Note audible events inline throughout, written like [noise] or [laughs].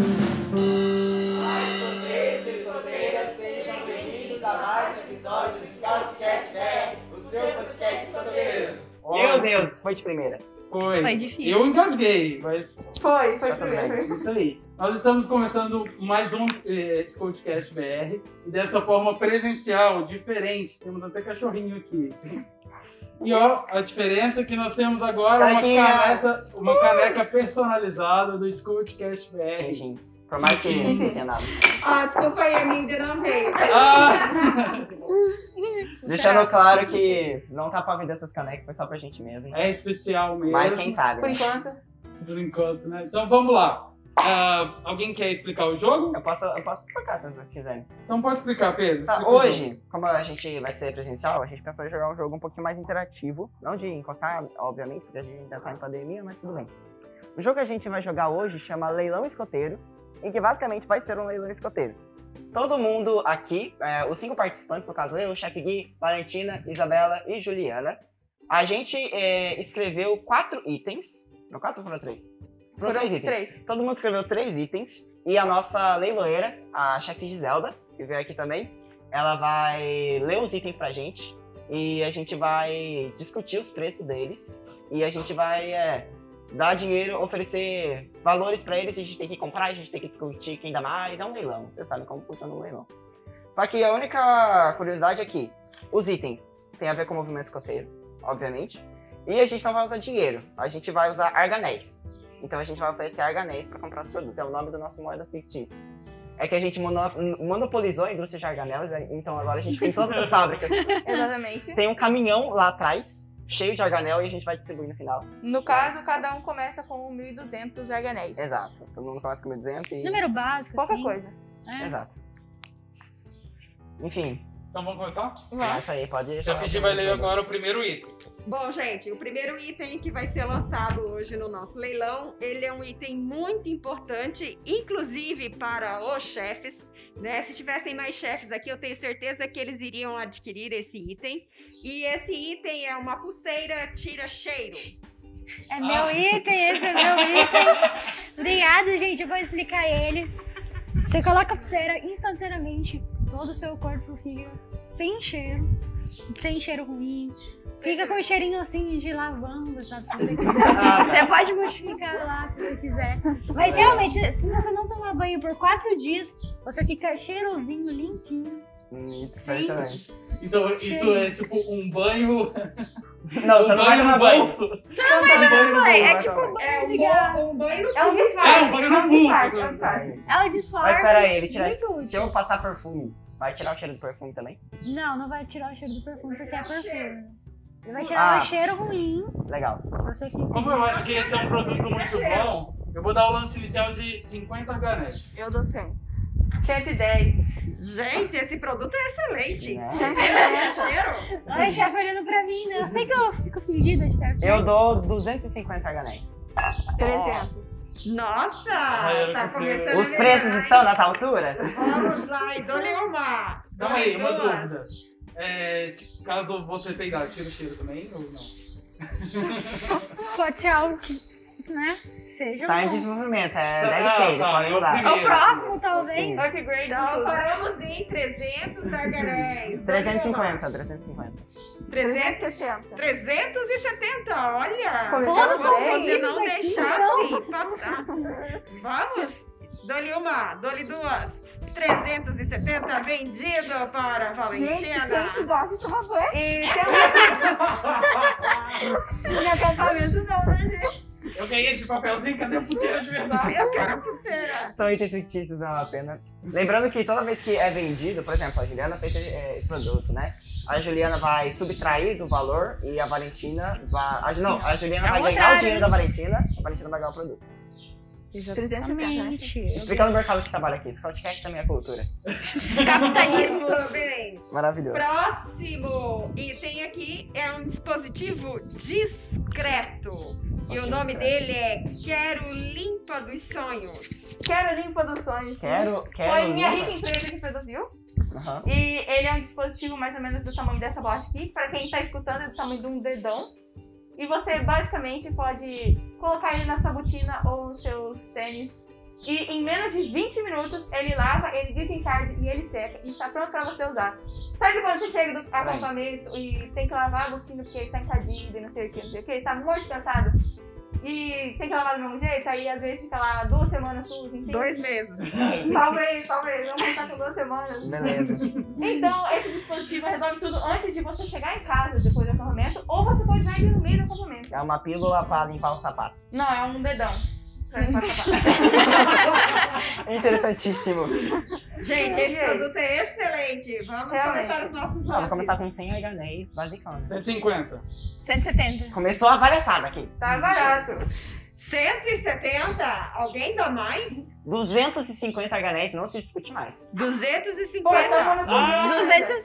um né? seu podcast escoteiro. Meu Deus, foi de primeira. Foi. Foi difícil. Eu engasguei, mas Foi, foi Tá de tudo primeira. bem. isso aí. Nós estamos começando mais um eh, Scoutcast BR, e dessa forma presencial, diferente. Temos até cachorrinho aqui. E ó, a diferença é que nós temos agora uma Tadinha. caneca, uma caneca personalizada do Scoutcast BR. Tintim. Por mais que não Tintim. tenha nada. Ah, desculpa aí, amiga, ainda não veio. Ah! Deixando claro que não tá pra vender essas canecas, foi só pra gente mesmo. É especial mesmo. Mas quem sabe. Por né? enquanto. Por enquanto, né? Então vamos lá. Ah, alguém quer explicar o jogo? Eu posso, eu posso explicar se vocês quiserem. Então pode explicar, Pedro. Tá, Explica o jogo. hoje, como a gente vai ser presencial, a gente pensou em jogar um jogo um pouquinho mais interativo. Não de encostar, obviamente, porque a gente ainda tá em pandemia, mas tudo bem. O jogo que a gente vai jogar hoje chama Leilão Escoteiro, e que basicamente vai ser um leilão escoteiro. Todo mundo aqui, é, os cinco participantes, no caso eu, Chefe Gui, Valentina, Isabela e Juliana, a gente é, escreveu quatro itens. Não, quatro ou foram três? Foram, três itens. três. Todo mundo escreveu três itens. E a nossa leiloeira, a chefe Giselda, que veio aqui também, ela vai ler os itens pra gente. E a gente vai discutir os preços deles. E a gente vai é, dar dinheiro, oferecer valores pra eles. A gente tem que comprar, a gente tem que discutir quem dá mais. É um leilão, vocês sabem como funciona um leilão. Só que a única curiosidade é que os itens têm a ver com o movimento escoteiro, obviamente. E a gente não vai usar dinheiro, a gente vai usar arganéis. Então a gente vai oferecer arganês para comprar os produtos. É o nome da nossa moeda fictícia. É que a gente mono- monopolizou a indústria de arganéis, né? então agora a gente tem todas as fábricas. Exatamente. Tem um caminhão lá atrás, cheio de arganel, e a gente vai distribuir no final. No caso, cada um começa com 1.200 arganéis. Exato. Todo mundo começa com 1.200 e... Número básico, Pouca assim. coisa. É. Exato. Enfim, Então vamos começar? é isso aí, pode... Já pedi vai ler agora o primeiro item. Bom, gente, o primeiro item que vai ser lançado hoje no nosso leilão, ele é um item muito importante, inclusive para os chefes, né? Se tivessem mais chefes aqui, eu tenho certeza que eles iriam adquirir esse item. E esse item é uma pulseira tira cheiro. É meu Ah. item, esse é meu item. [laughs] Obrigada, gente. Eu vou explicar ele. Você coloca a pulseira instantaneamente, todo o seu corpo fica sem cheiro, sem cheiro ruim. Fica com um cheirinho assim de lavanda, sabe? Se você quiser. [laughs] Ah, tá. Você pode modificar lá se você quiser. Mas realmente, se- se você não tomar banho por quatro dias, você fica cheirosinho, limpinho. Hum, isso é Impressionante. Então, isso é tipo um banho. [laughs] Não, um você não vai banho tomar no banho. bolso. Não vai banho no Mãe, é bolso. tipo É banho de um graça. bom- um banho É um disfarce. É um banho no burro. disfarce, é um disfarce. Ela disfarça. Mas peraí, ele tira- Muito útil. Se eu passar perfume, vai tirar o cheiro do perfume também? Não, não vai tirar o cheiro do perfume, porque é perfume. Ele vai tirar Ah. o cheiro ruim, Legal. você fica. Como eu acho que esse é um produto muito bom, eu vou dar o Um lance inicial de 50 arganéis. Eu dou 100. 110. Gente, esse produto é excelente. Né? Pulseira tira cheiro? Olha a chefe olhando pra mim, né? Eu sei que eu fico fingida de perfume. Eu dou 250 arganéis. 300. Nossa, Ah, eu não tá consigo. começando a Os melhorar, preços hein? estão nas alturas? Vamos lá, e dou-lhe uma. Calma aí, uma Duas. dúvida. É, caso você peidar, tira o cheiro também ou não? Pode ser algo que, né? Seja Tá em bom. desenvolvimento, é, Tá, deve ser, eles tá, podem eu mudar. primeiro. O próximo, talvez. Sim. Upgrade. Então, paramos em 300 argaréis. 350, 350. 300, 370, olha! Começou Vamos, se com seis não aqui, então. deixasse passar. Vamos? Dou-lhe uma, dou-lhe duas. 370 vendido para a Valentina. gosta de tomar banho? E [laughs] tem um... Em tá acampamento não, né, gente? Eu ganhei esse papelzinho, cadê a pulseira de verdade? Eu quero a pulseira. São itens fictícios, não é uma pena. Lembrando que toda vez que é vendido, por exemplo, a Juliana fez é, esse produto, né? A Juliana vai subtrair do valor e a Valentina vai. a- não, a Juliana É o vai ganhar o contrário. dinheiro da Valentina, a Valentina vai ganhar o produto. 350. Exatamente. Explicando o mercado de trabalho aqui, Scoutcast também é cultura. Capitalismo. Muito bem. Maravilhoso. Próximo item aqui é um dispositivo discreto. E o nome dele é Quero Limpa dos Sonhos. Quero limpa dos sonhos. Quero, quero. Foi minha lima. rica empresa que produziu. Aham. E ele é um dispositivo mais ou menos do tamanho dessa bola aqui. Pra quem tá escutando, é do tamanho de um dedão. E você basicamente pode colocar ele na sua botina ou nos seus tênis E em menos de 20 minutos, ele lava, ele desencarde e ele seca. E está pronto pra você usar. Sabe quando você chega do acampamento e tem que lavar a botina porque ele tá encardido e não sei o que, não sei o que, ele tá muito cansado. E tem que lavar do mesmo jeito, aí às vezes fica lá duas semanas sujo, enfim. Dois meses. [laughs] Talvez, talvez, vamos começar com duas semanas. Beleza. Então, esse dispositivo resolve tudo antes de você chegar em casa depois do acampamento, ou você pode usar ele no meio do acampamento. É uma pílula pra limpar o sapato. Não, é um dedão. Pra limpar o sapato. Interessantíssimo. Gente, esse Gente. produto é excelente. Vamos Realmente. começar os nossos Vamos lances. começar com 100 organês, basicão, né? 150. 170. Começou a palhaçada aqui. Tá barato. 170? Alguém dá mais? 250 organês, não se discute mais. 250? Pô, tamo no Ah, começo.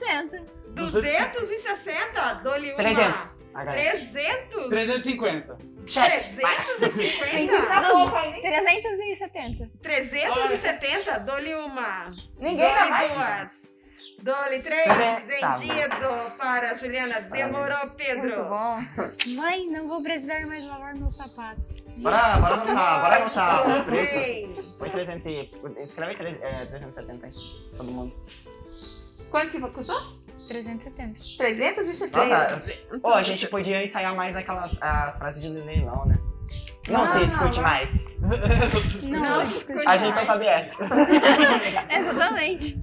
ainda. 260. 260? Dole uma. 300 organês. 300? 350. Chefe, vai. 150 350? tá pouco ainda. hein? 370. 370? Dole uma. Ninguém dá Dole mais. duas. Dole três. Tá. Vendido para a Juliana. Demorou, Muito Pedro. bom. Mãe, não vou precisar mais lavar meus sapatos. Bora, bora anotar, bora anotar os Muito preços. bem. Foi 300 e... Escreve treze- é, 370 aí, todo mundo. Quanto que custou? 370. 370. Nossa, Então, pô, a gente podia ensaiar mais aquelas as frases de leilão, né? Não, Não, se não, discute não. mais. Não, A gente só sabe [laughs] essa. [laughs] Ah, exatamente.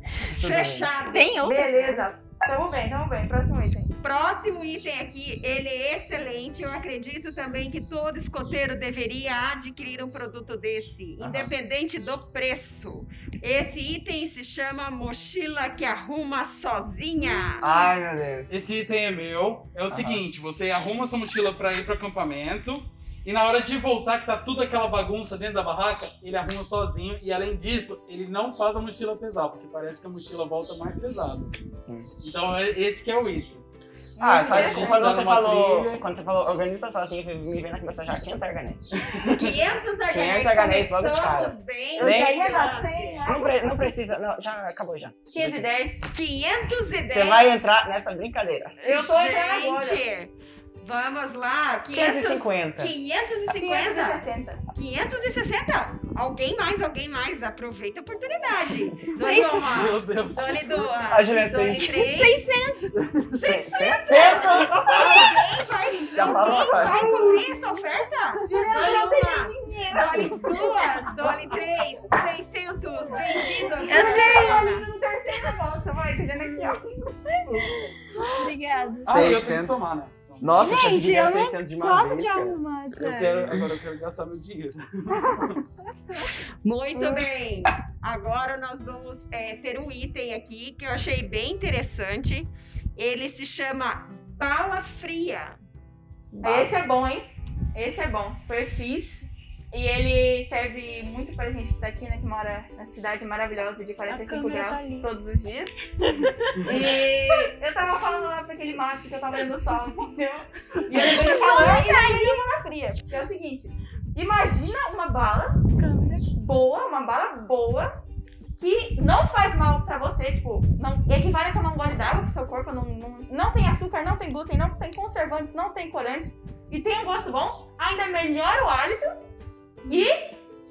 Tudo bem. Fechado. Tem outro. Beleza. Tamo bem, tamo bem. Próximo item. Próximo item aqui, ele é excelente. Eu acredito também que todo escoteiro deveria adquirir um produto desse, Aham. independente do preço. Esse item se chama mochila que arruma sozinha. Ai, meu Deus. Esse item é meu. É o Aham. seguinte, você arruma sua mochila pra ir pro acampamento. E na hora de voltar, que tá tudo aquela bagunça dentro da barraca, ele arruma sozinho. E além disso, ele não faz a mochila pesar, porque parece que a mochila volta mais pesada. Sim. Então é- esse que é o item. Ah, Muito sabe interessante. quando você Usando uma falou. trilha. Quando você falou organiza sozinho, me veio na cabeça já é 500 organês. 500 500 HNs, organês logo de começamos bem. Eu Nem- já ia esse dar lance. 100, né? Não, pre- não precisa, não, já acabou já. 510. É. 510. Você vai entrar nessa brincadeira. Eu tô entrando agora. Gente, vamos lá. 500, 550. 550. 560. 560? Alguém mais, alguém mais. Aproveita a [laughs] oportunidade. Dole Seis- uma. Meu Deus. Dole duas. A Juliana dole sente. três. 600! Alguém vai, Já falou, alguém rapaz. vai cobrir essa oferta? Juliana, Dole não uma. Dole duas. Dole três. 600. Vendido. Eu não quero falar isso no terceiro negócio. Vai, Juliana, aqui, ó. Obrigada. Ah, eu tenho que 600. somar, né? Então, Nossa, Gente, tinha que ganhar eu não 600 de uma Gosto vez. de cara. arrumar, Eu sério. quero, agora eu quero gastar meu dinheiro. Muito bem. Agora nós vamos é, ter um item aqui que eu achei bem interessante. Ele se chama bala fria. Esse é bom, hein? Esse é bom. Foi eu que fiz. E ele serve muito pra gente que tá aqui, né? Que mora na cidade maravilhosa de 45 câmera tá graus ali. todos os dias. e eu tava falando lá pra aquele mato que eu tava olhando o sol, entendeu? E eu lembrei de falar e lembrei da bala fria. Que é o seguinte. Imagina uma bala Câmera. boa, uma bala boa, que não faz mal pra você, tipo, não, equivale a tomar um gole d'água pro seu corpo, não, não, não tem açúcar, não tem glúten, não tem conservantes, não tem corantes, e tem um gosto bom, ainda melhora o hálito, e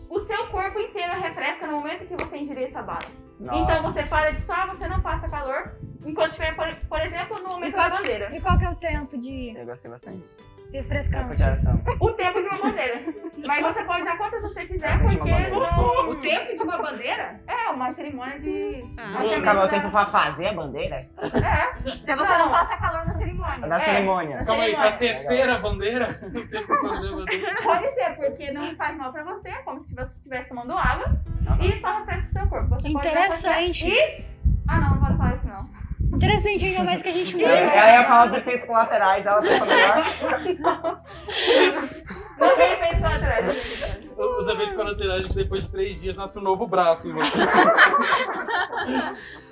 o seu corpo inteiro refresca no momento que você ingerir essa bala. Então você para de suar, você não passa calor, enquanto estiver, por, por exemplo, no momento da Enquanto- bandeira. E qual que é o tempo de [laughs] Eu gostei bastante. Dá refrescante? continuação. O tempo de uma bandeira. Mas você pode usar quantas você quiser, porque [laughs] O não... tempo de uma bandeira? É uma cerimônia de... Ah, Acho que é Acabou o mesmo, tempo pra fazer a bandeira? Então você não passa calor na cerimônia. Da É. cerimônia. Calma aí, pra Legal. terceira bandeira? [laughs] Eu tenho que fazer a bandeira. Pode ser, porque não faz mal pra você, é como se você estivesse tomando água e só refresca o seu corpo. Você pode usar Interessante. quantidade- E. Ah, não, não bora falar isso não. Interessante ainda mais que a gente Ela, mora. ela ia falar dos efeitos colaterais, ela tá pensou melhor. Não vem fez pra trás. Os eventos quarantenários depois de três dias nasce um novo braço em você.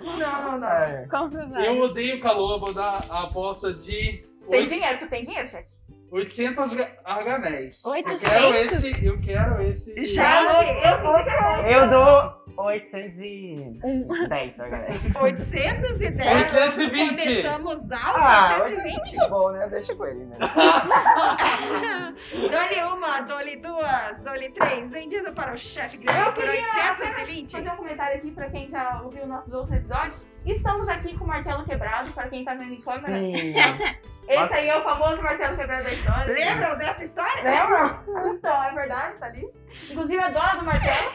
Não, não, não. É. Comprovado. Eu odeio calor, vou dar a aposta de. Tem oito- dinheiro, tu tem dinheiro, chefe. 800 ga- arganéis. 800? Eu quero esse. Eu quero esse. Já Tá eu, eu senti que é era Eu dou 810, ó, galera. 810. 820. Começamos Ah, alto, 820. 820 é bom, né? Deixa com ele, né? [laughs] Dole uma, dole duas, dole três. Vendido para o chefe Eu grande por queria apenas 820. fazer um comentário aqui pra quem já ouviu nossos outros episódios. Estamos aqui com o martelo quebrado, pra quem tá vendo em câmera. Sim. Esse aí é o famoso martelo quebrado da história. Lembram dessa história? É, Lembram? Então, é verdade, tá ali. Inclusive a dona do martelo.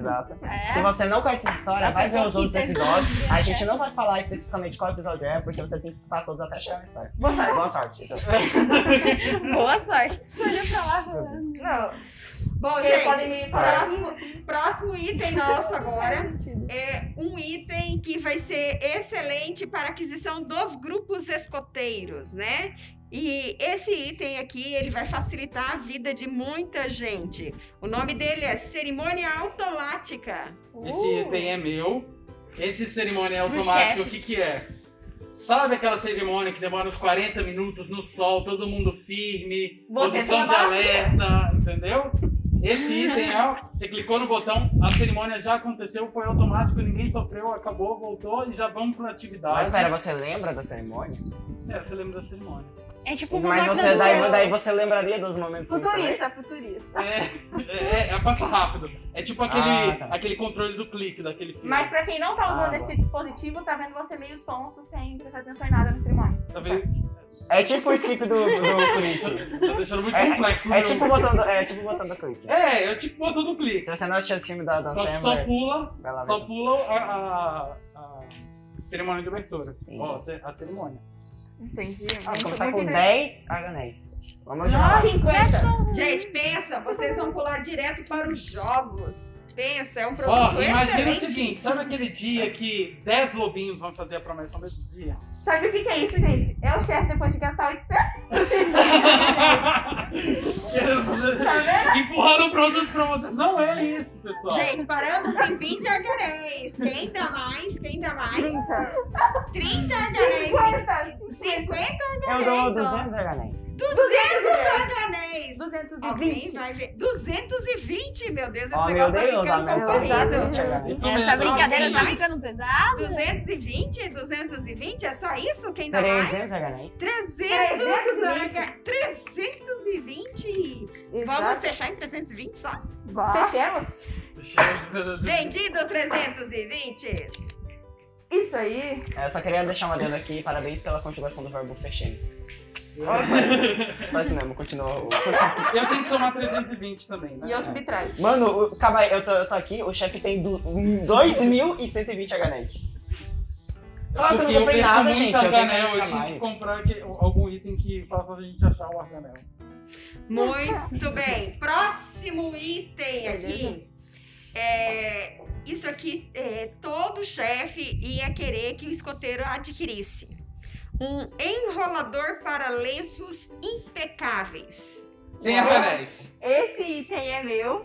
Exato. É. Se você não conhece essa história, A vai ver pessoa os que outros tem- episódios. A gente não vai falar especificamente qual episódio é, porque você tem que escutar todos até chegar na história. Boa sorte. Boa sorte. Então, [laughs] Boa sorte. Você olhou pra lá falando. Não, Bom, vocês gente, podem me falar. próximo, [laughs] próximo item nosso agora é um item que vai ser excelente para aquisição dos grupos escoteiros, né? E esse item aqui, ele vai facilitar a vida de muita gente. O nome dele é cerimônia automática. Uh. Uh. Esse item é meu. Esse cerimonial automático, o que que é? Sabe aquela cerimônia que demora uns 40 minutos no sol, todo mundo firme, Você posição tem de a alerta, entendeu? Esse item é, você clicou no botão, a cerimônia já aconteceu, foi automático, ninguém sofreu, acabou, voltou e já vamos pra atividade. Mas pera, você lembra da cerimônia? É, você lembra da cerimônia. É tipo uma Mas máquina você do daí, tempo. daí você lembraria dos momentos ruins também? Futurista, futurista. É, é, é, passa rápido. É tipo aquele, Ah, tá. aquele controle do clique daquele filme. Mas pra quem não tá usando Ah, esse dispositivo, tá vendo você meio sonso, sem prestar atenção em nada no cerimônio. Tá vendo? É tipo o skip do, do clique. Tá deixando muito complexo. É meu. tipo o botão do, é tipo o botão do clique. É, eu tipo boto do clique. Se você não assistiu esse filme da Dan Só que só Sandler, pula, vai lá só ver. pula a, a- a cerimônia de abertura. Ó, ce- a cerimônia. Entendi. Ah, Muito- começar muito com interessante. 10 arganéis. Vamos de Nossa, lá. 50. Ah, Gente, pensa, vocês vão pular direto para os jogos. Pensa, é um produto Ó, imagina o excelente. seguinte, sabe aquele dia que 10 lobinhos vão fazer a promessa ao mesmo dia? Sabe o que, que é isso, gente? É o chefe depois de gastar 800. Tá Eles [laughs] empurraram o produto pra você. Não é isso, pessoal. Gente, paramos em 20 argaréis. Quem dá mais? Quem dá mais? 30 argaréis. [laughs] 50, 50 50, Eu dou Parabéns, ó. 200 arganéis. argaréis. Alguém 220. vai ver. 220, meu Deus. Esse Ó, negócio Oh, meu Deus, tá ficando amigo. concorrido. Exato. Isso né? Essa mesmo. brincadeira tá Alguém mais? ficando pesada. 220, 220, é só isso? Quem dá mais? 300 arganéis. 300, 320. arga- 320. Vamos Exato. fechar em 320 só? Fechemos? Vendido 320. Isso aí. Eu só queria deixar uma adendo aqui. Parabéns pela continuação do verbo fechemos. Só isso mesmo, continua. o- Eu tenho que somar 320 também, né? E eu subtraio. Mano, o- calma aí, eu tô, eu tô aqui, o chefe tem um, do, 2.120 HNet. Só que eu não Porque eu comprei perco nada, muito gente. Eu tenho que arganel, eu arriscar tinha que mais. comprar que- algum item que faça a gente achar o arganel. Muito bem. Próximo item Beleza. aqui. É, isso aqui é, todo chefe ia querer que o escoteiro adquirisse. Um enrolador para lenços impecáveis. é Sem arganéis. Esse item é meu.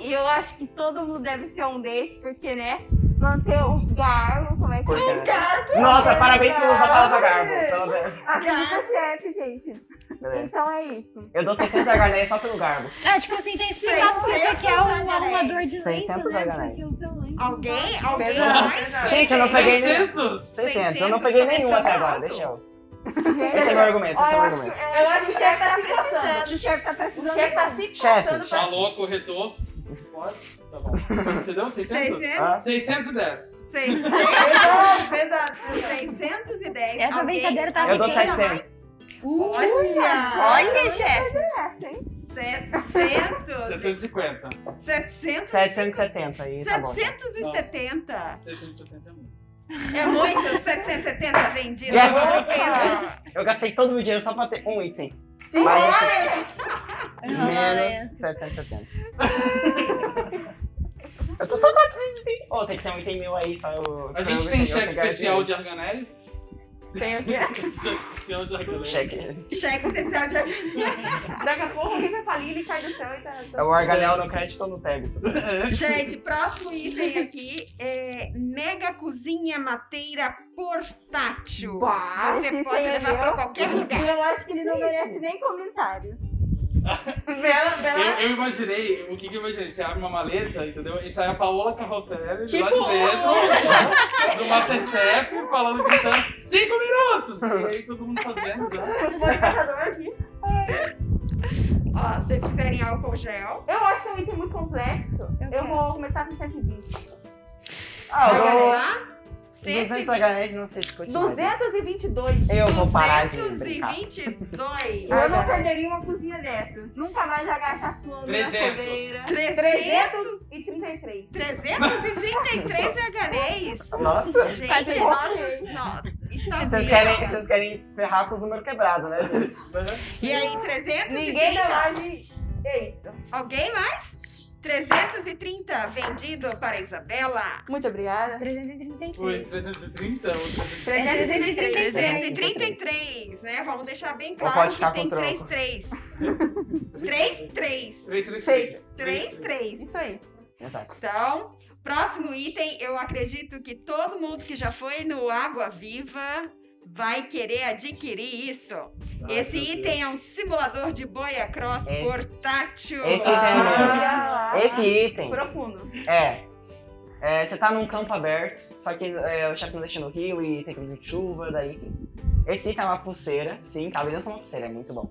E eu acho que todo mundo deve ter um desse, porque, né? Manter o garbo, como é que Porque, né? é? Nossa, parabéns pelo papel do Garbo. pelo- A vida do chefe, gente. Beleza. Então é isso. Eu dou 600 HNet só pelo Garbo. É, tipo assim, tem explicado que isso aqui é um arrumador de tipo, lenço, 600 né? arganais. Porque o seu é lenço... Alguém? Alguém Pesado, mais? pesado. Gente, eu não peguei nenhum. 300? 600, eu não peguei nenhum até agora, deixa eu. [laughs] Esse é meu argumento, esse é Ó, eu, meu acho que, argumento. Eu acho que o chefe tá se precisando, o coçando. chefe tá O precisando. chefe tá se Chefe, coçando pra. Alô, corretor. Pode? Tá bom. Você deu 600? 600, Ah, 610. 600, Pesado, pesado. 610. Essa Alguém? brincadeira tá eu dou Alguém dá 700. Olha! Olha, chefe. é 700, 750. 700, 770 aí, tá bom. 770. 671. É muito, 770 vendidos. Yes! Vale a pena. Eu gastei todo o meu dinheiro só pra ter um item. Sim, Mas- olha isso. Uhum. Menos 770. eu tô só 400 item. Ô, tem que ter um item meu aí, só eu. A gente tem chefe especial de arganéis? Tem o quê? [laughs] Cheque. Cheque especial de Daqui a pouco alguém vai falir, ele cai do céu e tá. tá É o argalhão no crédito ou no débito? Gente, próximo item aqui é mega cozinha mateira portátil. Bah, Ah, Você esse pode tem levar eu. pra qualquer lugar. E eu acho que ele não merece nem comentários. Bela, bela. Eu, eu imaginei, o que, que eu imaginei? Você abre uma maleta, entendeu? E sai a Paola Carrossel Tipo lá de dentro, do Masterchef, falando, gritando, cinco minutos! E aí todo mundo fazendo já. Os pão de caçador aqui. Ó, se vocês quiserem álcool gel. Eu acho que é um item muito complexo. Eu, quero. vou começar com 120. Ah, Vai eu gastar vou... 200 HNs não se discute mais. 222. Eu vou parar de brincar. 222. Eu não perderia uma cozinha dessas. Nunca mais agachar suando na 300. fogueira. 300. 333. 333 veganês. Nossa. é Gente, Quase nossos, nós, estamos Vocês querem, vocês querem se ferrar com os números quebrados, né? gente? E aí, 330? Ninguém dá mais e. É isso. Alguém mais? 330 vendido para Isabela. Muito obrigada. 333. Foi 330 ou 330? 333. 333, né? Vamos deixar bem Ou pode claro ficar que tem com o 33. [laughs] 33. 333. 33. Isso aí. Exato. Então, próximo item, eu acredito que todo mundo que já foi no Água Viva vai querer adquirir isso. Esse item é um simulador de boia cross Esse- portátil. Esse Ah. item, esse item Profundo. é, é, você tá num campo aberto, só que é, o chefe não deixa no rio e tem que vir chuva, daí enfim. Esse item é uma pulseira, sim, tá dentro de uma pulseira, é muito bom.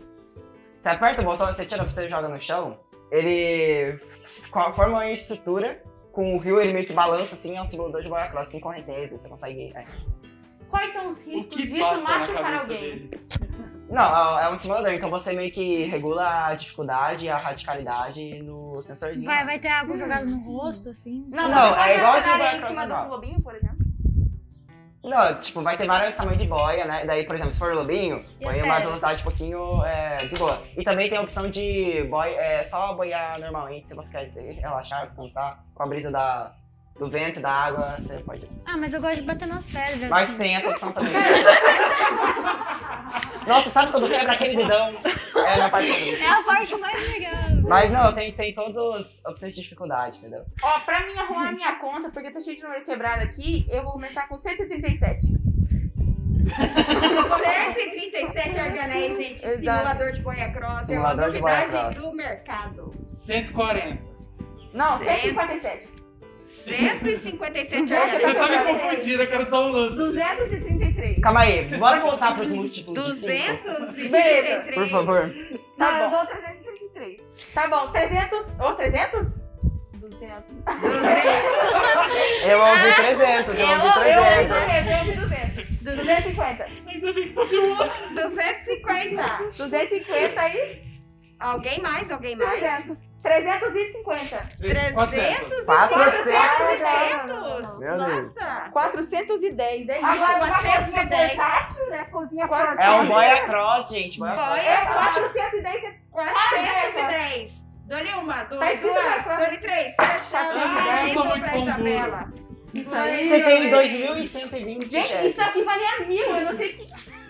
Você aperta o botão, você tira a pulseira e joga no chão, ele f- forma uma estrutura com o rio, ele meio que balança assim, é um simulador de boia cross, tem correnteza, você consegue... é. Quais são os O riscos que disso passa na machucar cabeça alguém? dele? Não, é é um simulador, então você meio que regula a dificuldade e a radicalidade no sensorzinho. Vai, vai ter água jogada no rosto, assim. Não, é. Não, você pode é igual acionar esse ele Black em cima Cross do normal. globinho, por exemplo. Não, tipo, vai ter vários tamanhos de boia, né? Daí, por exemplo, se for lobinho, E as põe uma pedras? velocidade um pouquinho é, de boa. E também tem a opção de boia, é, só boiar normalmente, se você quer relaxar, descansar, com a brisa da, do vento, da água, você pode. Ah, mas eu gosto de bater nas pedras. Mas assim. tem essa opção também. Nossa, sabe quando quebra aquele dedão? É a minha parte favorita. [laughs] É a parte mais legal. Mas não, tem, tem todas as opções de dificuldade, entendeu? Ó, pra mim arrumar a minha conta, porque tá cheio de número quebrado aqui, eu vou começar [laughs] com 137. é 137 organés, gente. Exato. Simulador de boia cross. é uma Simulador de boia novidade cross. do mercado. 140. Não, Certo. 157. 157 Não, você Você tá me quebrando. organés. confundindo, eu quero dar um lance. 233. Calma aí, bora voltar pros múltiplos de 5. 233. Por favor. Tá Não, eu bom. dou 333. Tá bom, 300. Ô, 300? 200. 200. [laughs] Eu ouvi 300, eu ouvi 300. Eu ouvi 200, eu ouvi 200. 250. 250. 250 e Alguém mais? Alguém mais? 300. 350. 400. 400. Meu Deus. Nossa. 410, é isso. Agora, uma 410. cozinha portátil, né? Cozinha Quatro- portátil. É um boia cross, gente. Boia cross. Boia É 410 é 410. Dou-lhe uma, duas, Tá escrito duas, na próxima. dou-lhe três. Fechando. 410. Ah, Sou muito pra pão duro. Isabela. Isso aí. é Você tem 2.120 Gente, isso aqui valia mil, eu não sei o que.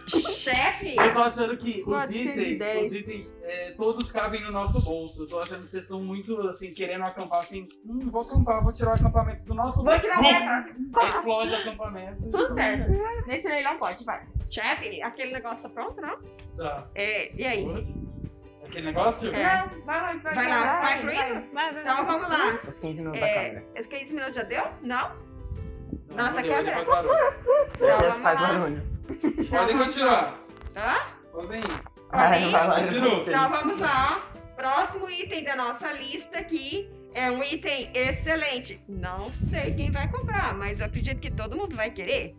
Chefe. Eu tô achando que os 410. itens, os itens é, todos cabem no nosso bolso. Eu tô achando que vocês estão muito, assim, querendo acampar, assim, hum, vou acampar, vou tirar o acampamento do nosso Vou tirar a minha casa. [laughs] Explode o acampamento. Tudo certo. Nesse leilão pode, vai. Chefe, aquele negócio tá pronto, não? Tá. É, e aí? Aquele negócio? É. Não, vai, vai, vai. Vai lá, vai fluindo? Vai, vai, vai. Então vamos lá. Os 15 minutos da É, câmera. 15 minutos já deu? Não? Não, Nossa, não deu, ele câmera. faz barulho. Meu Deus, vamos faz lá. barulho. Podem continuar. Hã? Podem ir. Ai, aí? não vai lá. Continua. Então vamos lá, ó. Próximo item da nossa lista aqui é um item excelente. Não sei quem vai comprar, mas eu acredito que todo mundo vai querer.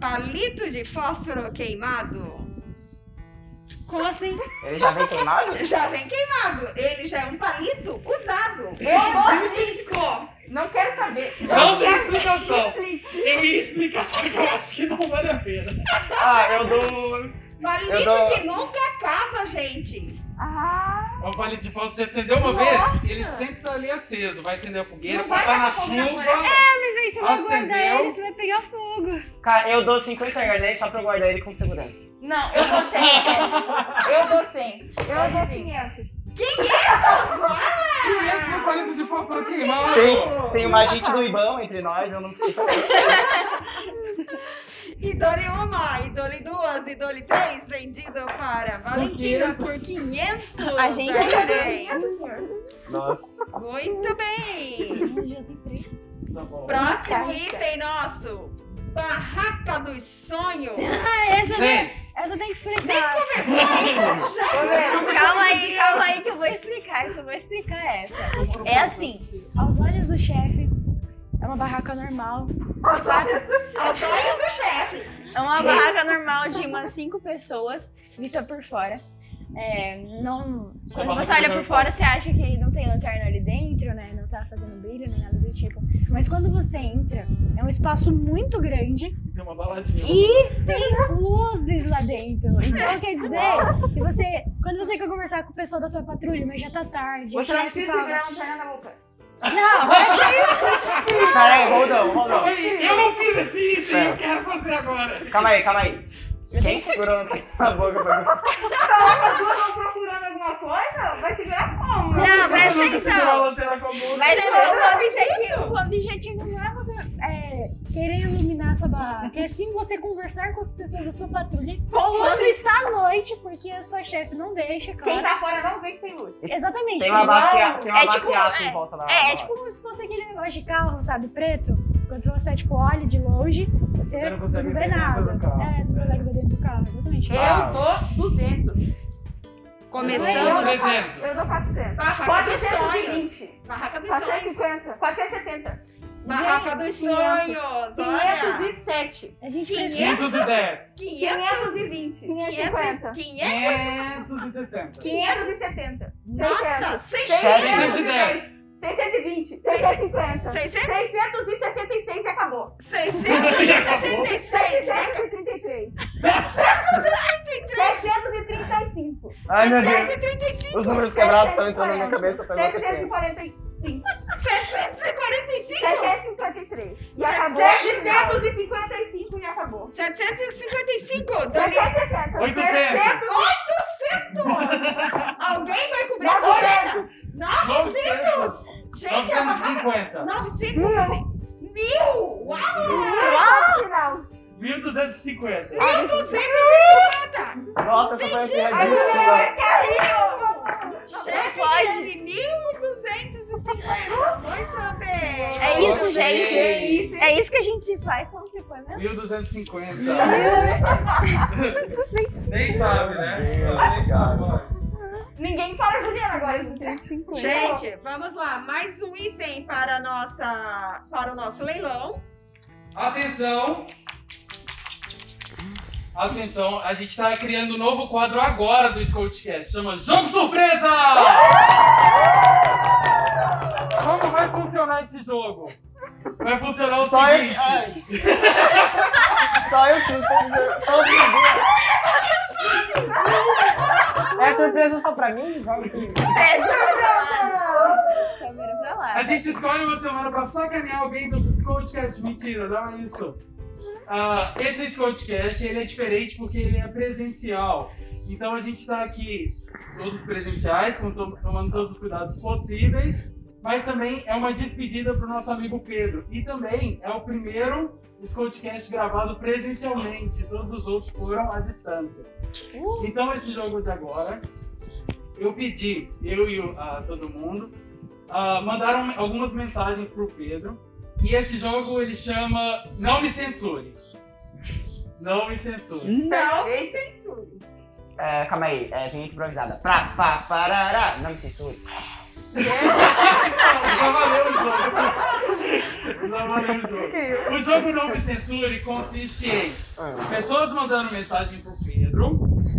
Palito de fósforo queimado. Como assim? Ele já vem queimado? [laughs] Já vem queimado. Ele já é um palito usado. Eu dou cinco! Não quero saber. Não tem explicação. Eu ia explicar, só que eu acho que não vale a pena. Ah, eu dou. Palito dou- que nunca acaba, gente. Ah, É um palito de pau que você acendeu uma vez, ele sempre tá ali aceso. Vai acender a fogueira, Não vai tá na tacar fogo na chuva. floresta. Mas aí você vai guardar Acendeu. ele, você vai pegar fogo. Cara, eu dou 50 reais nele só pra eu guardar ele com segurança. Não, eu dou 100. Kevin. Eu dou 100. Eu eu dou adivinho. 500. é, E esse meu palito de pau foi queimado. Tem, tem uma gente do Ibão entre nós, eu não fiquei sabendo. Idole 1, Idole 2, Idole 3, vendido para Valentina por 500. A gente Você já deu Adorei. 500, senhor. Nossa. Muito bem. Tá bom. Próximo rica. item nosso. Barraca dos sonhos. Ah, é Essa, Gente, É, essa tem que explicar. Calma aí, calma aí que eu vou explicar isso, eu vou explicar essa. É assim, Aos olhos do chefe, é uma barraca normal. Aos olhos do chefe. é uma barraca normal de umas cinco pessoas, vista por fora. É, não, quando você olha por fora, você acha que não tem lanterna ali dentro, né? Não tá fazendo brilho nem nada do tipo. Mas quando você entra, é um espaço muito grande deu uma baladinha. E tem luzes lá dentro. Então quer dizer que você. Quando você quer conversar com o pessoal da sua patrulha, mas já tá tarde. Você não chefe precisa fala, segurar um a lanterna na boca. Pera aí, é hold on, hold on. Oi, Eu não fiz esse item, É. eu quero fazer agora. Calma aí, calma aí. Quem segurou na boca pra tá As duas vão procurando alguma coisa? Vai segurar como? Não, Eu presta não sei segurar a atenção. lanterna com a mão. Mas Você o, não o sabe objetivo, o objetivo não é você é, querer iluminar sua barraca, é sim você conversar com as pessoas da sua patrulha quando está à noite, porque a sua chefe não deixa, Quem claro. tá fora não vê que tem luz. Exatamente. Tem uma baseada, tem uma É tipo- baseada é. em volta da É, é tipo como se fosse aquele negócio de carro, sabe, preto. Quando você, tipo, olha de longe, você, Você não você consegue não ver vê dentro nada. do carro. É, você não consegue ver dentro do carro, exatamente. Ah. Eu dou 200. Começamos. Exemplo. Eu dou 400. Barraca dos sonhos. 420. Barraca dos sonhos. 450. 470. Barraca dos sonhos. Olha. 507. A gente Quinhentos. precisa. 510. 500. 520. 550. 500. 560. 570. Nossa, 606. 620. 650. 600. 666 e acabou. 633. 666. 735. Ai, meu Deus. 635. Os números quebrados estão entrando na minha cabeça. assim. eu tô enlouquecendo. 745. 745. 753. E acabou. 755 e acabou. 755. Dani, 760. 800. 800. Alguém vai cobrir essa oferta? 900. 900. Gente, é barraca. 950. 900. Mil! Uau! Ponto final. 1250. né? 250! Nossa, essa foi assim, Ai, meu Deus, radíssima. Chefe pode. Guilherme, 1250! Muito bem! É isso, Que gente. isso, hein? É isso que a gente se faz quando você foi, né? 1250. Nem sabe, né? Nem sabe. Ninguém para a Juliana agora, gente. Gente, vamos lá, mais um item para, a nossa, para o nosso leilão. Atenção. Atenção, a gente tá criando um novo quadro agora do Scoutcast. Chama Jogo Surpresa! Como vai funcionar esse jogo? Vai funcionar o Só eu. seguinte. ai. Só eu que não sei. Todo mundo. É surpresa só pra mim? Vamos que- É, Câmera pra lá. A gente escolhe uma semana pra sacanear alguém do Scoutcast. Mentira, não é isso. Ah, esse Scoutcast, ele é diferente porque ele é presencial. Então a gente tá aqui todos presenciais, com to- tomando todos os cuidados possíveis. Mas também é uma despedida pro nosso amigo Pedro. E também é o primeiro Scoutcast gravado presencialmente. Todos os outros foram à distância. Então esse jogo de agora, eu pedi, eu e o- a todo mundo, ah, mandaram me- algumas mensagens pro Pedro. E esse jogo ele chama Não Me Censure. [laughs] Não me censure. Não, É, calma aí, é, vim improvisada. Pra, pa, parará. Não me censure. Já valeu o jogo. Já valeu o jogo. O jogo Não Me Censure consiste em Ah, pessoas mandando mensagem pro Pedro,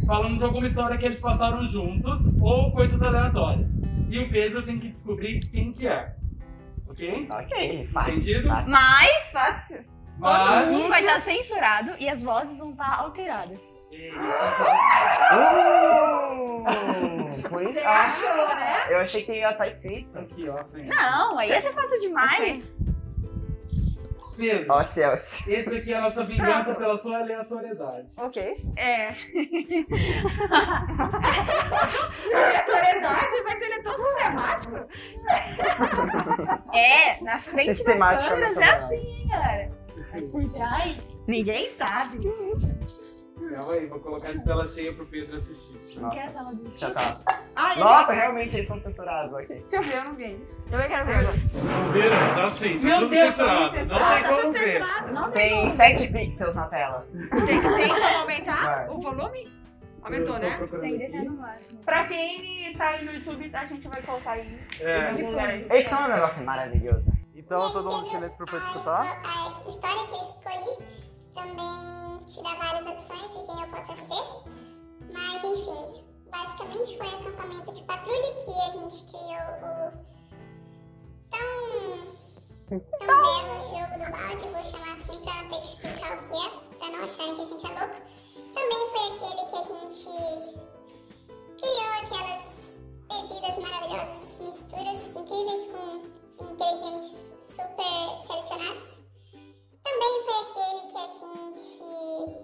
falando de alguma história que eles passaram juntos ou coisas aleatórias. E o Pedro tem que descobrir quem que é. Ok? Ok, fácil. Entendido? fácil. Mas Fácil. todo Mas. mundo vai estar censurado e as vozes vão estar alteradas. Eita. Uh! por isso. Você Ah, achou, né? eu achei que ia estar escrito. Aqui, ó, assim. Não, aí essa é fácil Assim, demais. Pedro, Ó, Celso. esse aqui é a nossa vingança pela sua aleatoriedade. Ok. [laughs] É. Aleatoriedade, mas ele é tão sistemático. É, na frente das Sistemática câmeras é nessa assim, hein, galera. Mas por trás, Ninguém sabe. Calma Então aí, vou colocar de tela cheia pro Pedro assistir. que é a Nossa, sala dos já tá. Ah, ele- Nossa, é- realmente eles são censurados, ok. Deixa eu ver, eu não vi ainda. Eu quero ver agora. Viram? Tá assim, tá Meu tudo Deus, censurado. tá muito Não tem como ver. Tem 7 pixels na tela. Tem, tem como aumentar Vai. o volume? Aumentou, Eu tô né? procurando Tem que aqui. deixar no máximo. Pra quem tá aí no YouTube, a gente vai colocar aí em É. algum lugar. aí. Edição é um negócio maravilhoso. Então, Então, todo mundo que lê propôs escutar? A história que eu escolhi também te dá várias opções de quem eu possa ser. Mas, enfim, basicamente foi um acampamento de patrulha que a gente criou o tão, tão belo jogo do balde, vou chamar assim pra não ter que explicar o que é, pra não acharem que a gente é louco. Também foi aquele que a gente criou aquelas bebidas maravilhosas, misturas incríveis com ingredientes super selecionados. Também foi aquele que a gente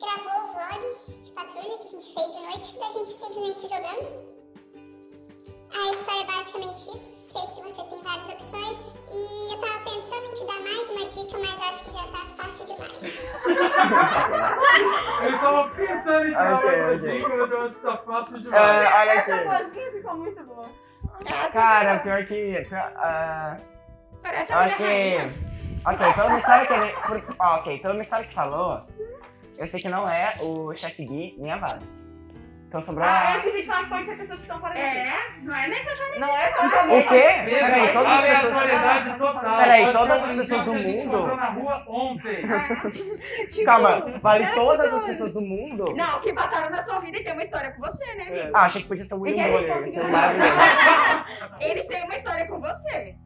gravou o vlog de patrulha que a gente fez de noite, da gente simplesmente jogando. A história é basicamente isso. Sei que você tem várias opções e eu tava pensando em te dar mais uma dica, mas acho que já tá fácil demais. Eu tava pensando em tirar Ok, uma ok. dica, mas eu acho que tá fácil É, demais. olha Essa aqui. vozinha ficou muito boa. Cara, pior que. pior- ah, Parece eu a acho mulher que. rainha. Ok, pela história que ele. por- ó, ok, pela história que falou, eu sei que não é o chefe Gui nem a Vale. Então sobrou Ah, eu a. esqueci de falar que pode ser pessoas que estão fora da vida. É, não é mesmo? Não é só da O vida. quê? Pedro, Peraí, todas as pessoas. aleatoriedade total. Peraí, Pode todas as ser uma pessoas visão do que a gente mundo? encontrou na rua [laughs] ontem. tipo, Calma, vale todas as pessoas do mundo? Não, que passaram na sua vida e tem uma história com você, né, amigo? Ah, achei que podia ser o E que William a gente Bonner. conseguiu isso é achar. maravilhoso. [laughs] Eles têm uma história com você.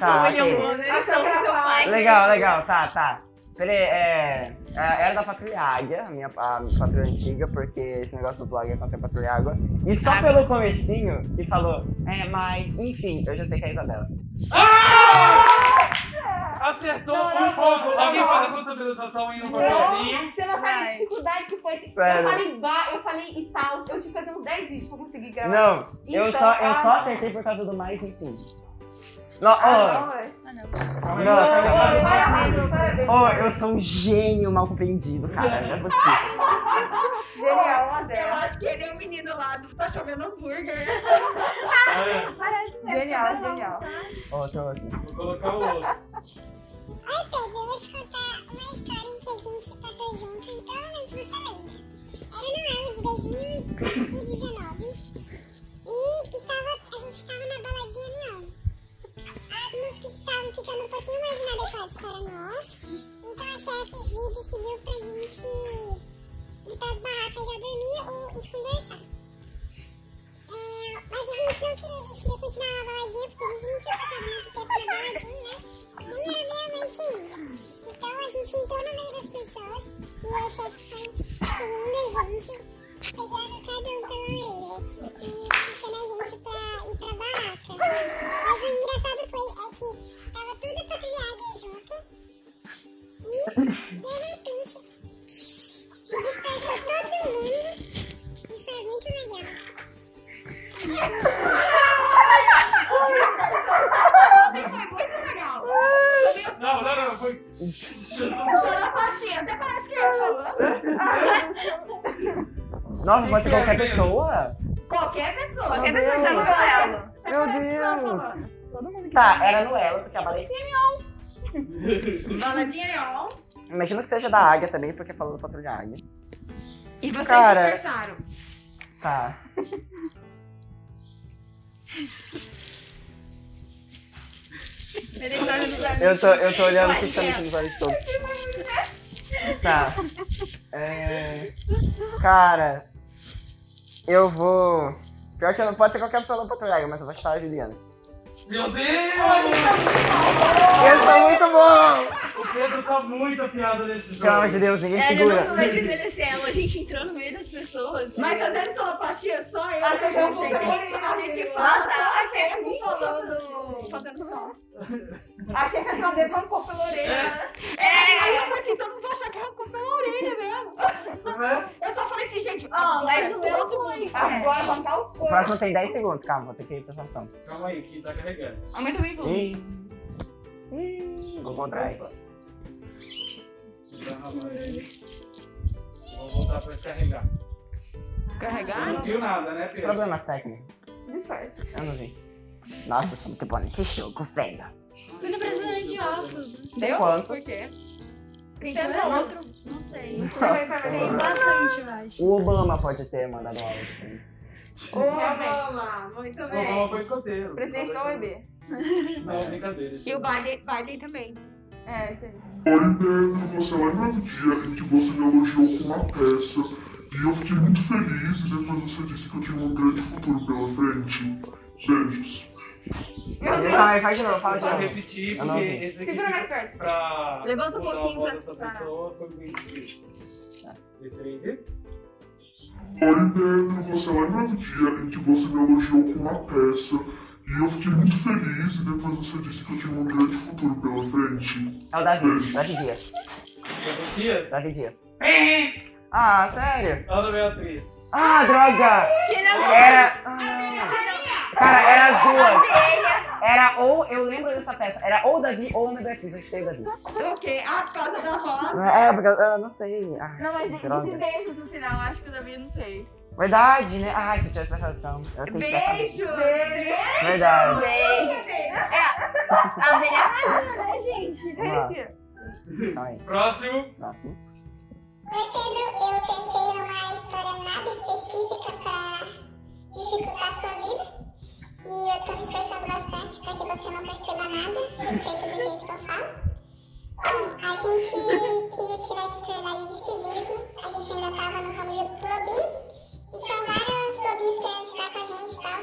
Tá, William ok. Bonner, Achou então, pra seu falar. pai. Legal, legal, tá, tá. Peraí, é. a- Era da Patrulha Águia, a minha a minha patrulha antiga, porque esse negócio do blog é ser Patrulha Água. E só Ah. pelo comecinho que falou, é, mas, enfim, eu já sei que é a Isabela. Ah! É. Acertou Não, não, um pouco. não, Alguém não. faz a contabilização aí no Não. papelzinho. Você não sabe a Vai. dificuldade que foi. Eu Sério. falei ba, eu falei e tal. Eu tive que fazer uns 10 vídeos pra conseguir gravar. Não, eu, Então, só, eu ah. só acertei por causa do mais, enfim. No, oh, Ah, não, é. Calma aí, Nossa. Ô, calma aí. parabéns, parabéns. oh, eu sou um gênio mal compreendido, cara. Não é possível. Genial, 1 a Eu 0. acho que ele é o menino lá do Tá Chovendo Hambúrguer. É, Parece mesmo. tá Genial, Vai lá genial. almoçar. Outro, outro. Vou colocar o outro. Ai, Pedro, eu vou te contar uma história em que a gente passou junto e provavelmente você lembra. Era no ano de 2019 e estava, a gente estava na baladinha Neon. As músicas estavam ficando um pouquinho mais inadequadas para nós, então a chefe G decidiu pra gente ir pras barracas já dormir ou ir conversar. É, mas a gente não queria, a gente queria continuar na baladinha, porque a gente não tinha passado muito tempo na baladinha, né? Nem era meia-noite ainda. Então a gente entrou no meio das pessoas e a chefe foi seguindo a gente, pegando cada um pela orelha e puxando a gente pra ir pra barraca. Mas o engraçado foi é que tava tudo patrulhado junto e de repente se dispersou todo mundo e foi muito legal. Foi muito legal. Não, não, não, foi. Só na pastinha, até parece que é eu falou. Nossa, pode ser Quem que é, qualquer Pedro? pessoa? Qualquer pessoa. Meu Qualquer pessoa que tá no Deus. céu. Meu Deus. Tá, era no Elo, porque a bala Baladinha Leon. Imagino que seja da Águia também, porque falou da Patrulha Águia. E vocês Cara. dispersaram. Tá. tá Eu tô, eu tô olhando justamente nos olhos de todos. Tá. É... Cara, eu vou. Pior que não pode ser qualquer pessoa da Patrulha Águia, mas eu vou chutar a Juliana. Meu Hoje Deus! tá muito Esse foi muito bom! O Pedro tá muito afiado nesse jogo. Pelo amor de Deus, ninguém É, eu nunca segura. mais fiz NSL. A gente entrou no meio das pessoas. Mas fazendo solopatia só eu. Acho que é um gente. conteúdo a gente Nossa, fala. achei que me tá falando, fazendo som. bom. Achei que a tua dedo não pôr pela orelha. É, aí eu falei assim, então não vou achar que eu arrancou pela orelha mesmo. [laughs] Eu só falei assim, gente, ó, mas o meu foi. Agora vamos tá dar o O corpo. próximo tem 10 segundos, calma, vou ter que ir pra função. Calma aí, que tá carregando. Aumenta bem o volume. Ih. Ih, Vou contrair. Dá uma aí. Vou voltar pra carregar. Eu Carregar? não viu nada, né, Pedro? Problemas técnicos. Disfarça. Eu não vi. Nossa, sou muito bom nesse jogo, velho. Você não precisa de óculos. né? Tem quantos? Por quê? Tem Tem quantos? Não sei. Nossa, Tem mano. bastante, eu acho. O Obama pode ter mandado um áudio pra mim. Realmente. Olá, muito O Obama foi escoteiro. Presidente da OEB. Não, brincadeira. E o Biden, Biden também. É, isso aí. Olha, você lembra do dia em que você me elogiou com uma peça e eu fiquei muito feliz e depois você disse que eu tinha um grande futuro pela frente? Beijos. Meu Deus. Vai, faz de novo, fala de Pra novo. repetir, Eu não porque vi. esse aqui Segura mais perto. pra... Levanta um mudar a pouquinho voz pra dessa separar. pessoa foi bem difícil. D3 e... Olha, você lembra do dia em que você me elogiou com uma peça e eu fiquei muito feliz e depois você disse que eu tinha um grande futuro pela frente? É o Davi, Davi Dias. Pedro Dias. Davi Dias. Ah, sério? Ana Beatriz. Ah, droga! Era. Ah. Cara, era as duas. Era ou, eu lembro dessa peça, era ou Davi ou Ana Beatriz, eu chutei o Davi. O quê? Ah, por causa da rosa. É, porque eu- eu não sei. Ah, Não, mas tem droga. esse beijo no final. Acho que o Davi não sei. Verdade, né? Ai, se eu tivesse prestado atenção. Eu tenho que prestar atenção. Beijo! Beijo. é Verdade. Beijo. né? É, a velha razão, né, gente? Vamos lá, Esse. calma aí. Próximo. Próximo. Oi, Pedro. Eu pensei numa história nada específica pra dificultar a sua vida. E eu tô me esforçando bastante pra que você não perceba nada a respeito do jeito que eu falo. Bom, a gente queria tirar essa verdade de civismo. A gente ainda tava no ramo do lobinho. E tinham vários lobinhos querendo tirar com a gente e tal.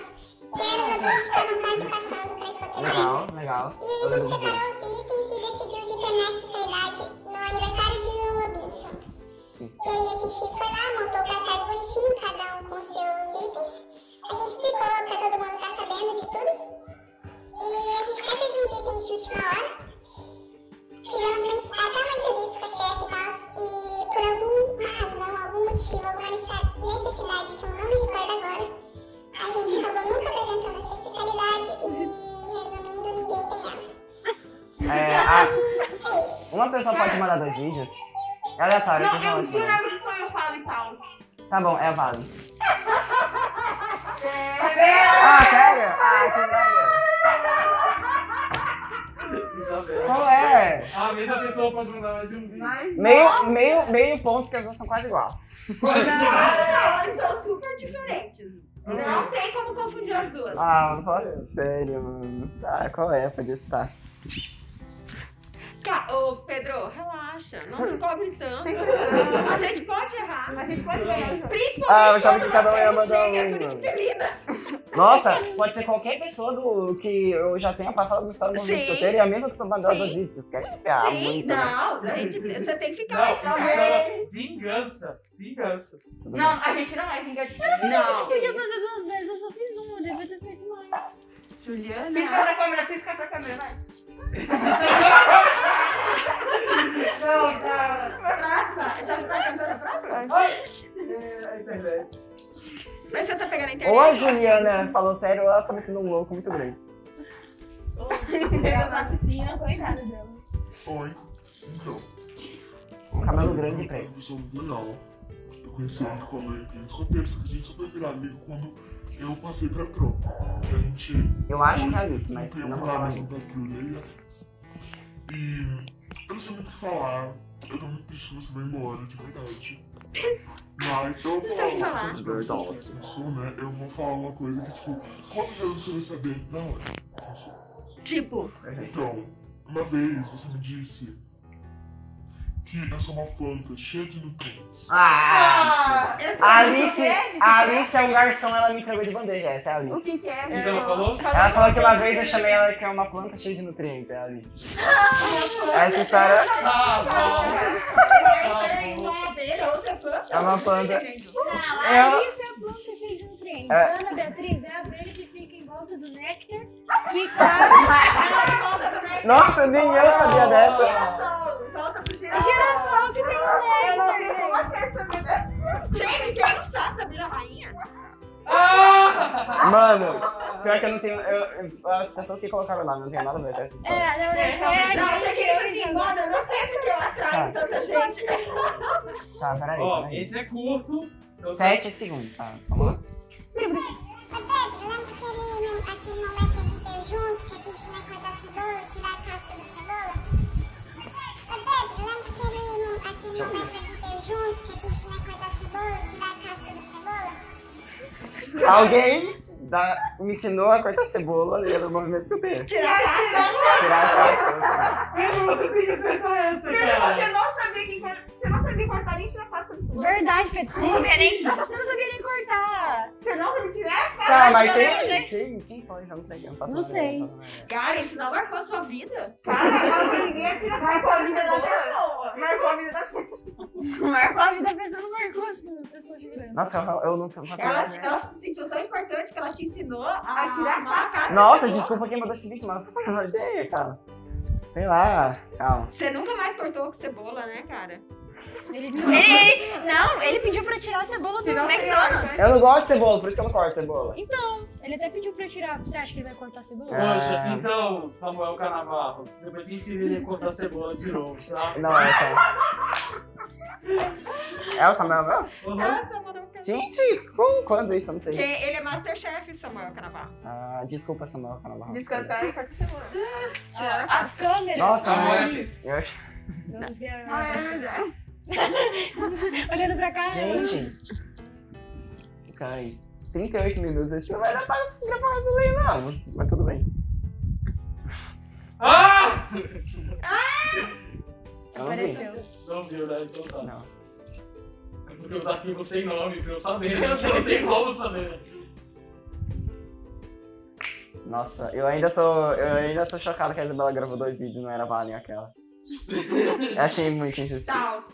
E eram lobinhos que estavam quase passando pra escoteiro. Legal, legal. E aí Eu a gente lembro dos dois. separou os itens e decidiu de tornar a especialidade no aniversário de um lobinho juntos. Sim. E aí a gente foi lá, montou o cartaz bonitinho, cada um com seus itens. A gente explicou pra todo mundo tá sabendo de tudo. E a gente até fez uns itens de última hora. Fizemos uma- até uma entrevista com a chefe e tal. E por alguma razão, algum motivo, alguma nece- necessidade que eu não me recordo agora, a gente acabou nunca apresentando essa especialidade e, resumindo, ninguém tem ela. É, a- É isso. uma pessoa pode mandar dois vídeos? É aleatório, vocês Não, vão eu responder. jurava que só eu falo e tal. Tá bom, é válido. Ah, sério? Ah, que legal. Isabel. Qual é? A mesma pessoa pode mandar mais de um vídeo. Mas Meio, meio, meio ponto que as duas são quase igual. Não, eles são super diferentes. Não tem como confundir as duas. Hum. Ah, não fala sério, mano. Tá, qual é? Pode estar. Ca- Ô, Pedro, relaxa. [laughs] Não se cobre tanto. Sem pressão. A gente pode errar. a gente pode ganhar o jogo. Principalmente Ah, eu achava quando que cada um ia nós temos mandar gêmeas um, mano. univitelinas. Nossa, pode ser qualquer pessoa do, que eu já tenha passado no estado do Sim. escoteiro e a mesma pessoa mandou Sim. dois vídeos. Vocês querem enfiar Sim, muito, né? não. A gente, você tem que ficar Não, mais calmo. não, vingança. Vingança. Tudo Não, a gente não é vingativo. Eu Não. podia fazer duas vezes, eu só fiz uma, eu devia ter feito mais. Pisca pra câmera, pisca pra câmera, [laughs] vai. Não, tá. cara. Próxima. Já tá cantando a próxima? É a internet. Mas você tá pegando a bem. Ou a internet? Juliana falou sério, ou ela tá metendo um louco muito grande. tá Ela na piscina, coitada dela. Oi. Então. Cabelo Tá grande e preto. Eu sou muito legal. Eu conheci ele no colégio, tem uns roteiros que a gente só foi virar amigo quando eu passei pra tropa. A gente um Eu acho que é isso, mas eu não vou morava falar. no patrulha e afins. E eu não sei muito o que falar. Eu tô muito triste que você vai embora, de verdade. Mas eu vou sei o falar que falar. uma coisa que você pensou, né? Eu vou falar uma coisa que, tipo, com certeza você vai saber é. na hora. Pensou. Tipo, Então, uma vez você me disse que essa é uma planta cheia de nutrientes. Ah! Ah, Alice, a Alice é um garçom, ela me entregou de bandeja, essa é a O Alice. que, que é? O que Então ela falou? Ela falou que uma vez eu chamei ela que é uma planta cheia de nutrientes, é a Alice. Essa história Ah, bom. Peraí, não é abelha, outra planta? é uma planta. Não, Eu- a Alice é a planta cheia de nutrientes. É. Ana Beatriz é a abelha que fica em volta do néctar. Que [laughs] claro. Nossa, nem eu sabia Tá dessa. Girassol, volta pro É girassol. girassol que tem néctar. Eu não sei como a chefe sabia dessa. Gente, quem não sabe da Vila Rainha? Ah! Mano, pior que eu não tenho. Eu, eu- as pessoas que colocaram lá, não tem nada a ver com essa É, história. na verdade, foi a Não, achei gente assim, que ele foi eu embora, eu não sei porque eu atraio tanta gente. [laughs] Tá, peraí. Ó, peraí. esse é curto. Eu- Sete segundos, tá? Vamos lá. Ô, Pedro, um lembra aquele, mo- aquele momento que a gente teve junto, que eu te ensinei a cortar cebola, tirar a casca da cebola? Ô, Pedro, lembra aquele, mo- aquele momento que a gente teve junto, que eu te ensinei a cortar cebola, tirar a casca da cebola? Alguém da- me ensinou a cortar cebola e era o movimento que eu tenho. Tirar tá. a casca. Pedro, Você não sabia que encor- você não sabia cortar nem tirar a casca do cebola. Verdade, Pedro. Você não sabia nem, você não sabia nem cortar. Você não sabia tirar? assim? Tá, mas que eu quem, quem, quem fala isso? Eu não sei. Eu faço Não sei. ideia. Cara, isso não marcou a sua vida? Cara, aprender a tirar a casca da cebola. Marcou a vida da pessoa. [laughs] Marcou a vida da pessoa, não marcou assim, a pessoa chorando. Nossa, eu, eu não faço Ela, ideia. ela se sentiu tão importante que ela te ensinou a, A tirar a a casca. Nossa, desculpa quem mandou esse vídeo, mas eu não faço a menor ideia, cara. Sei lá, calma. Você nunca mais cortou com cebola, né, cara? [laughs] Ele não, ele, não, ele pediu pra tirar a cebola do Senão seria McDonald's. Eu não gosto de cebola, por isso que eu não corto cebola. Então, ele até pediu pra eu tirar. Você acha que ele vai cortar a cebola? É. Poxa, então, Samuel Canavarro, depois que ensina ele a cortar cebola de novo, tá? [laughs] Não, é sério. É o Samuel mesmo? Uhum. Samuel Gente, como, quando isso? Eu não Porque sei. ele é Masterchef, Samuel Canavarro. Ah, desculpa, Samuel Canabarro. Descansar e cortar a cebola. As câmeras. Nossa, Samuel, mano. Eu acho- São os gar- Ah, é verdade. [laughs] Olhando pra cá. Gente. Cai. 38 minutos, acho que não vai dar pra gravar mais um leio, não. Mas tudo bem. Ah! Eu não vi. Apareceu. Não viu, né? Então tá. Não. É Porque os arquivos têm nome pra eu saber, né? Eu não sei como saber. né? Nossa, eu ainda tô. Eu ainda tô chocado que a Isabela gravou dois vídeos, não era Valen aquela. Eu achei muito injusto. Tá. Tals.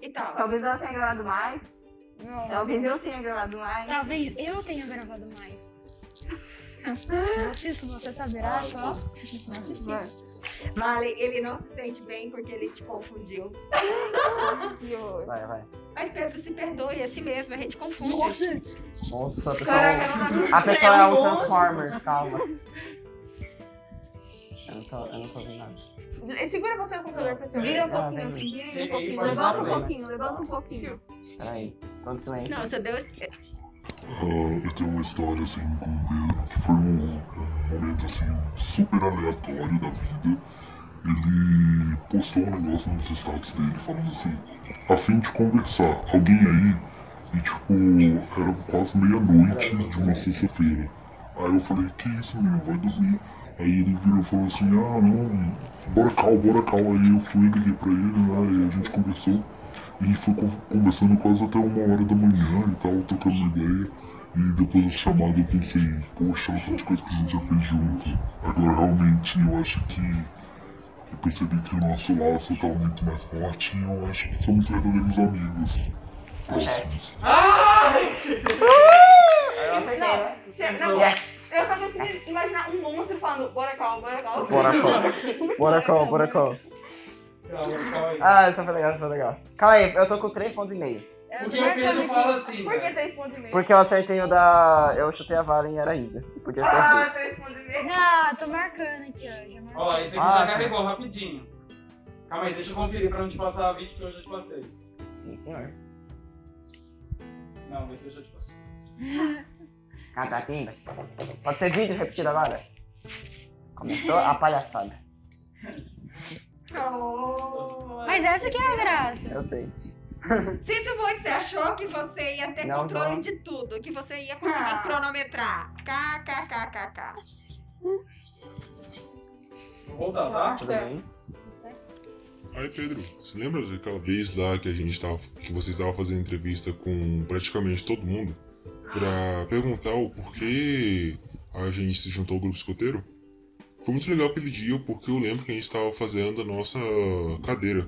E tal. Talvez ela tenha gravado mais. Talvez eu tenha gravado mais. Talvez eu tenha gravado mais. Se você, se você saberá, só assistir. Vale, ele não se sente bem porque ele te confundiu. Vai, vai. Mas Pedro, se perdoe, é si mesmo, a gente confunde. Nossa, Nossa, a pessoa, Caraca, não dá pra a pessoa é um Nossa. Transformers, calma. Eu não tô, eu não tô vendo nada. Segura você no computador pra você ver. Vira um Ah, pouquinho, vem. assim, vira Chega um aí, pouquinho. pode Levanta dar um play. pouquinho, levanta um pouquinho. é Peraí. Todo silêncio. Não, seu Deus. Ah, eu tenho uma história assim com o Pedro, que foi um, um momento assim super aleatório da vida. Ele postou um negócio nos status dele falando assim, a fim de conversar, alguém aí? E tipo, era quase meia-noite de uma sexta-feira. Aí eu falei, que isso menino, vai dormir. Aí ele virou e falou assim, ah não, bora cal, bora cal. Aí eu fui, liguei pra ele, né? E a gente conversou. E foi con- conversando quase até uma hora da manhã e tal, trocando uma ideia. E depois da chamada eu pensei, poxa, olha tantas coisas que a gente já fez junto. Agora realmente eu acho que eu percebi que o nosso laço tá muito mais forte e eu acho que somos verdadeiros amigos. Próximos. Ai! Eu acertei, né? Não, chega- não, Yes! eu só consegui imaginar um monstro falando, bora calma, bora calma. Bora [laughs] call. Bora call, bora call. Calma, calma aí. Ah, isso foi legal, isso foi legal. Calma aí, eu tô com 3 pontos e meio. Porque o Pedro fala assim, É Por que cara. três pontos e meio? Porque eu acertei o da. Eu chutei a Valen e era a Isa. Porque eu acertei. Ah, três pontos e meio. Não, tô marcando aqui, ó. Já marcou. Ó, esse aqui Ah, já sim. carregou rapidinho. Calma aí, deixa eu conferir pra não te passar a vídeo que eu já te passei. Sim, senhor. Não, esse eu já te passei. [laughs] Catapimbas. Pode ser vídeo repetido agora? Começou a palhaçada. Mas essa que é a graça. Eu sei. [laughs] Sinto muito, você achou que você ia ter Não, controle não. de tudo, que você ia conseguir Ah. cronometrar. KKKKK. Vou voltar, tá? Tudo bem? [laughs] Aí, Pedro, você lembra daquela vez lá que a gente tava, que você estava fazendo entrevista com praticamente todo mundo pra perguntar o porquê a gente se juntou ao grupo escoteiro? Foi muito legal aquele dia porque eu lembro que a gente estava fazendo a nossa cadeira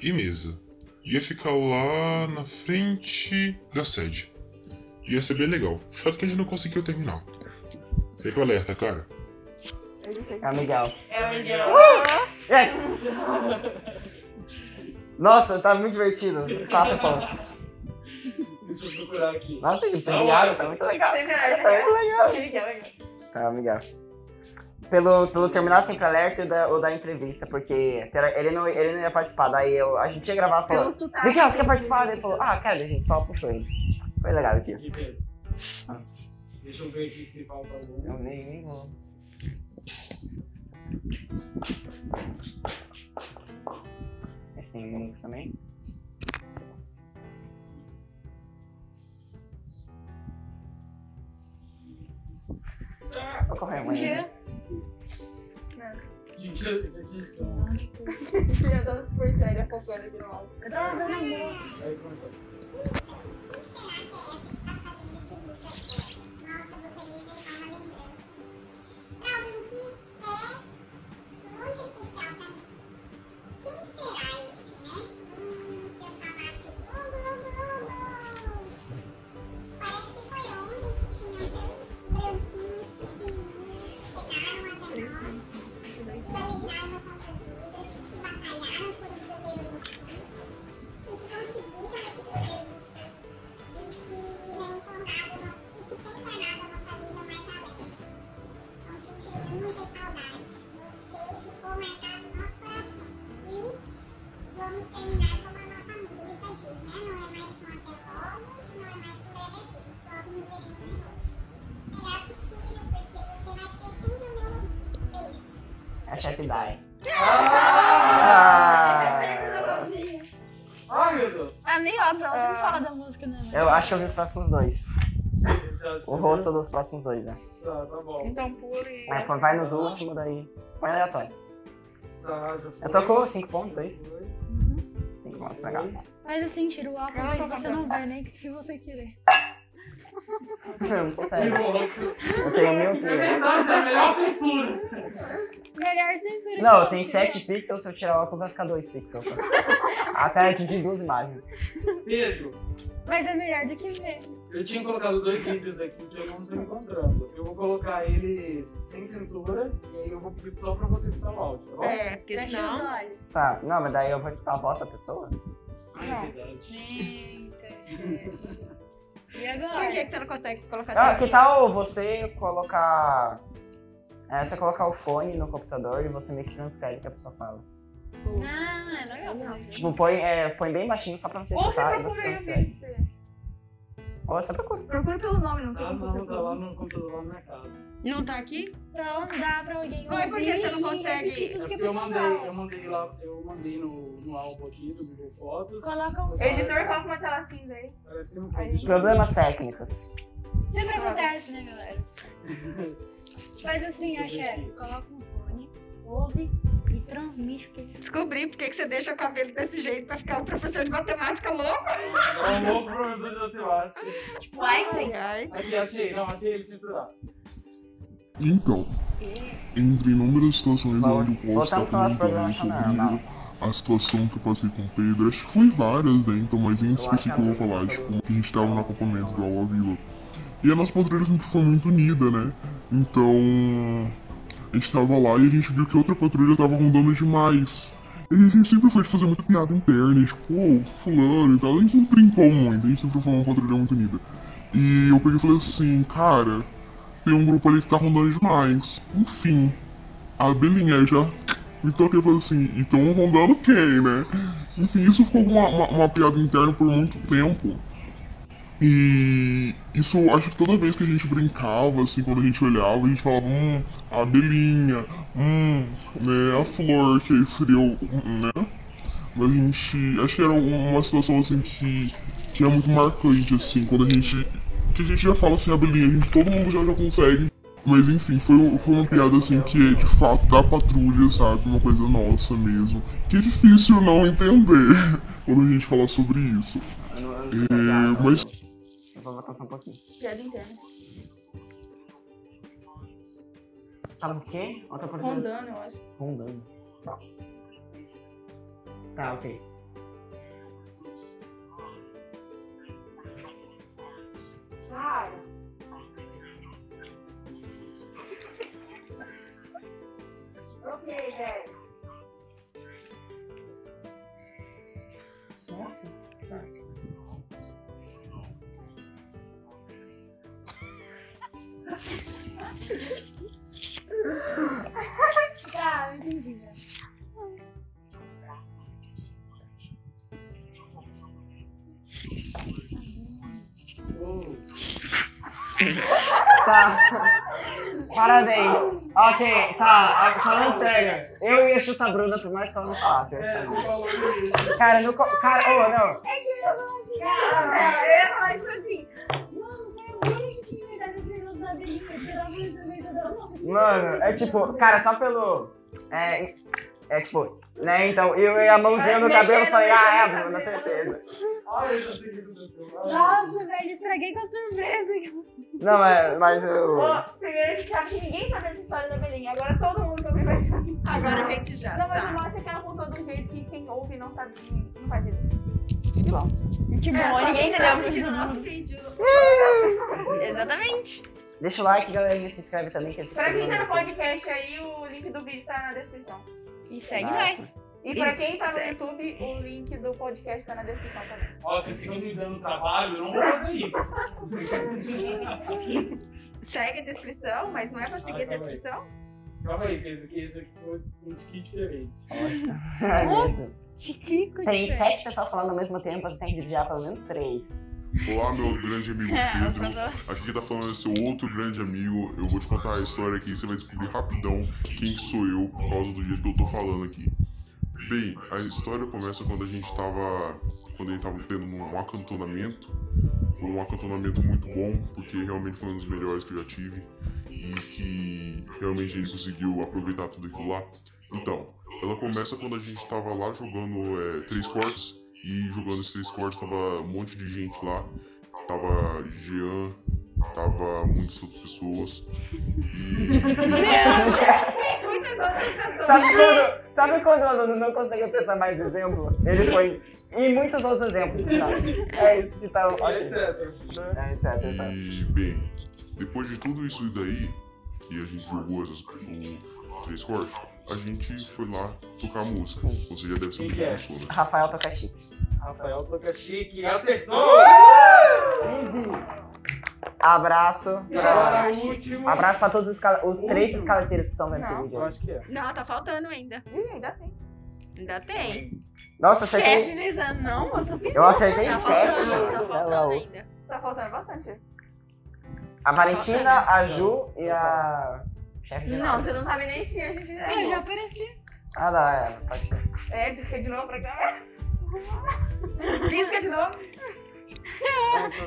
e mesa. Ia ficar lá na frente da sede. Ia ser bem legal. Chato que a gente não conseguiu terminar. Sempre alerta, cara. É o Miguel. É o Miguel. Uh! Yes! Nossa, tá muito divertido. é Quatro pontos. Deixa eu procurar aqui. Nossa, gente, Não, obrigado, é. tá muito legal. Sempre Tá muito é legal. legal. Tá, Miguel. Pelo, pelo terminar sempre alerta ou da, ou da entrevista, porque era- ele não, ele não ia participar, daí eu, a gente ia gravar falando. Miguel, você quer participar? Daí Ele falou, ah, cara, a gente só puxou ele. Foi legal o dia. Aqui, Pedro. Deixa eu ver um aqui se falta algum. Eu nem, nem vou. Esse tem Linux também? Vou correr Um amanhã. dia, Gente, já- já tinha isso. Eu tava super séria focando aqui no áudio. eu tava vendo a música. Aí começou. A chefe Dai. Ah! Ai, meu Deus. Ah, nem óbvio, ela sempre fala da música, né? Eu acho que eu vi os próximos dois. O rosto rosto. dos próximos dois, né? Tá, tá bom. Então pula e. É, quando vai nos últimos, daí. Põe aleatório. Tá, já foi. Eu tô com cinco pontos, é isso? Cinco pontos, legal. Mas assim, tira o óculos Eu não aí, tô você contando. não vê nem que se você quiser. Eu [laughs] não sou sério. Tirou o óculos. Eu tenho mil Tipo, É pixels. verdade, é a melhor censura. Melhor censura. Não, eu que tenho tirar. sete pixels, se eu tirar o óculos vai ficar dois pixels. [laughs] só. Até de duas imagens. Pedro, Mas é melhor do que ver. eu tinha colocado dois vídeos aqui que eu não tô encontrando. Eu vou colocar eles sem censura e aí eu vou pedir só pra vocês escutar o áudio, tá bom? É, porque Fecha os senão. olhos. Tá, não, mas daí eu vou escutar a voz da pessoa? Ai, Não. verdade. [laughs] Eita. E Por que, agora? que você não consegue colocar assim? Ah, seu que tal você colocar. É, você colocar o fone no computador e você meio que transfere o que a pessoa fala. Ah, é legal. isso. Tipo, põe, é, põe bem baixinho só pra você Ou você escutar e procura você aí o transfere. vídeo. você- Ou você procura. Procura pelo nome, não tem Tá, como não, tá procurar. lá no computador lá na minha casa. Não tá aqui? Então dá pra alguém Ué, por que ouvir você não e consegue? repetir É tudo que a porque eu pessoa mandei, eu fala. mandei lá, eu mandei no, no álbum aqui do Google Fotos. Coloca um- O editor coloca uma tela cinza aí. Parece que não Aí. foi. deixa eu ver. Problemas técnicos. Sempre acontece, né, galera? Faz assim, ó, chefe. Coloca um fone, ouve e transmite o que [laughs] ele Descobri por que que você deixa o cabelo desse jeito pra ficar um professor de matemática louco. [laughs] É um novo professor de matemática. Tipo, Einstein. Ai, ai. Aqui, achei. Não, achei ele censurado. Então, entre inúmeras situações Bom, onde eu posso estar voltamos a falar do comentando programa sobre normal. livro, a situação que eu passei com o Pedro, acho que foi várias, né? Então, mas em específico eu é vou falar, tipo, que a gente tava no acampamento do Aula Vila. E a nossa patrulha sempre foi muito unida, né? Então, a gente tava lá e a gente viu que outra patrulha tava rondando demais. E a gente sempre foi de fazer muita piada interna, tipo, ô, fulano e tal. A gente não brincou muito, a gente sempre foi uma patrulha muito unida. E eu peguei e falei assim, cara, tem um grupo ali que tá rondando demais. Enfim, a Belinha já me toquei e falei assim, então rondando quem, né? Enfim, isso ficou uma, uma, uma piada interna por muito tempo. E isso, acho que toda vez que a gente brincava, assim, quando a gente olhava, a gente falava, hum, a Belinha, hum, né, a Flor, que aí seria o, hum, né? Mas a gente, acho que era uma situação, assim, que, que é muito marcante, assim, quando a gente, que a gente já fala assim, a Belinha, a gente, todo mundo já, já consegue Mas enfim, foi, um- foi uma piada assim que é de fato da patrulha, sabe? Uma coisa nossa mesmo. Que é difícil não entender [laughs] quando a gente fala sobre isso. Eu não, eu não sei piada, É, mas Eu vou avançar um pouquinho. Piada interna. Sabe o quê? Outra oportunidade. Rondando, eu acho. Rondando. Tá, ok. Nossa. Ah, né? Tá. Parabéns. Ok, tá. Falando sério, eu ia chutar a Bruna por mais que ela não falasse. eu ia chutar É, a tu Bruna. falou isso. Cara, no. co- Cara, ô, não. É Cara, Ah, é, eu acho assim, mano, foi um a Bruna que tinha inventado esse negócio da bebida, porque ela foi essa vez, eu tava, nossa, que Mano, é [laughs] tipo, cara, só pelo. É. É tipo, né? Então, eu e a mãozinha no cabelo falei, ah, é a Bruna, certeza. Olha isso assim que aconteceu. Nossa, velho, estraguei com a surpresa. Não, é, mas eu. Ó, primeiro a gente sabe que ninguém sabe dessa história da Belinha. Agora todo mundo também vai saber. Agora a gente já Não, mas o sabe. massa é que ela contou de um jeito que quem ouve não sabe, não vai entender. Que bom. Que É, bom, só ninguém quem tá entendeu. assistindo o nosso vídeo. Exatamente. Deixa o like, galera, e se inscreve também. Que é Pra quem tá no podcast aí, o link do vídeo tá na descrição. E segue Nossa. nós. E pra Isso, quem tá no é. YouTube, o link do podcast tá na descrição também. Ó, vocês ficam me dando trabalho, eu não vou fazer isso. Segue a descrição, mas não é pra seguir Ah, a calma aí. descrição? [laughs] Calma aí, Pedro, que isso aqui foi um tiquinho diferente. Tiquico, Tem tiquico. sete pessoas falando ao mesmo tempo, você tem que vigiar pelo menos três. Olá, meu grande amigo Pedro. Aqui quem tá falando é seu outro grande amigo. Eu vou te contar a história aqui, você vai descobrir rapidão quem sou eu por causa do jeito que eu tô falando aqui. Bem, a história começa quando a gente tava. Quando ele tava tendo um, um acantonamento. Foi um acantonamento muito bom, porque realmente foi um dos melhores que eu já tive. E que realmente ele conseguiu aproveitar tudo aquilo lá. Então, ela começa quando a gente tava lá jogando é, três cortes. E jogando esses três cortes tava um monte de gente lá. Tava Jean, tava muitas outras pessoas. Tá Sabe quando, sabe quando o aluno não conseguiu pensar mais exemplo? Ele foi em muitos outros exemplos. Tá? É isso, então, ok. Etc. tá? É, etc, etc. E, bem, depois de tudo isso daí, que a gente jogou essas, o três cortes, a gente foi lá tocar música. Você já deve saber Quem que é? como funciona. Rafael Takashi. Rafael toca chique, acertou! Easy! Abraço pra... Agora o último. Abraço pra todos os, escala- os três escaleteiros que estão vendo esse Não. vídeo. Eu acho que é. Não, tá faltando ainda. Ih, ainda tem. Ainda tem. Nossa, acertei. Chefe pensando, não, eu só fiz Eu acertei Tá sete. faltando, tá Sei faltando lá, o- ainda. Tá faltando bastante. A Valentina, a Ju e tá a. Chefe de Não, análise. você não sabe nem se a gente Eu já é. apareci. Ah, não, é, pode ser. É, pisca de novo pra [laughs] cá. Pisca de novo.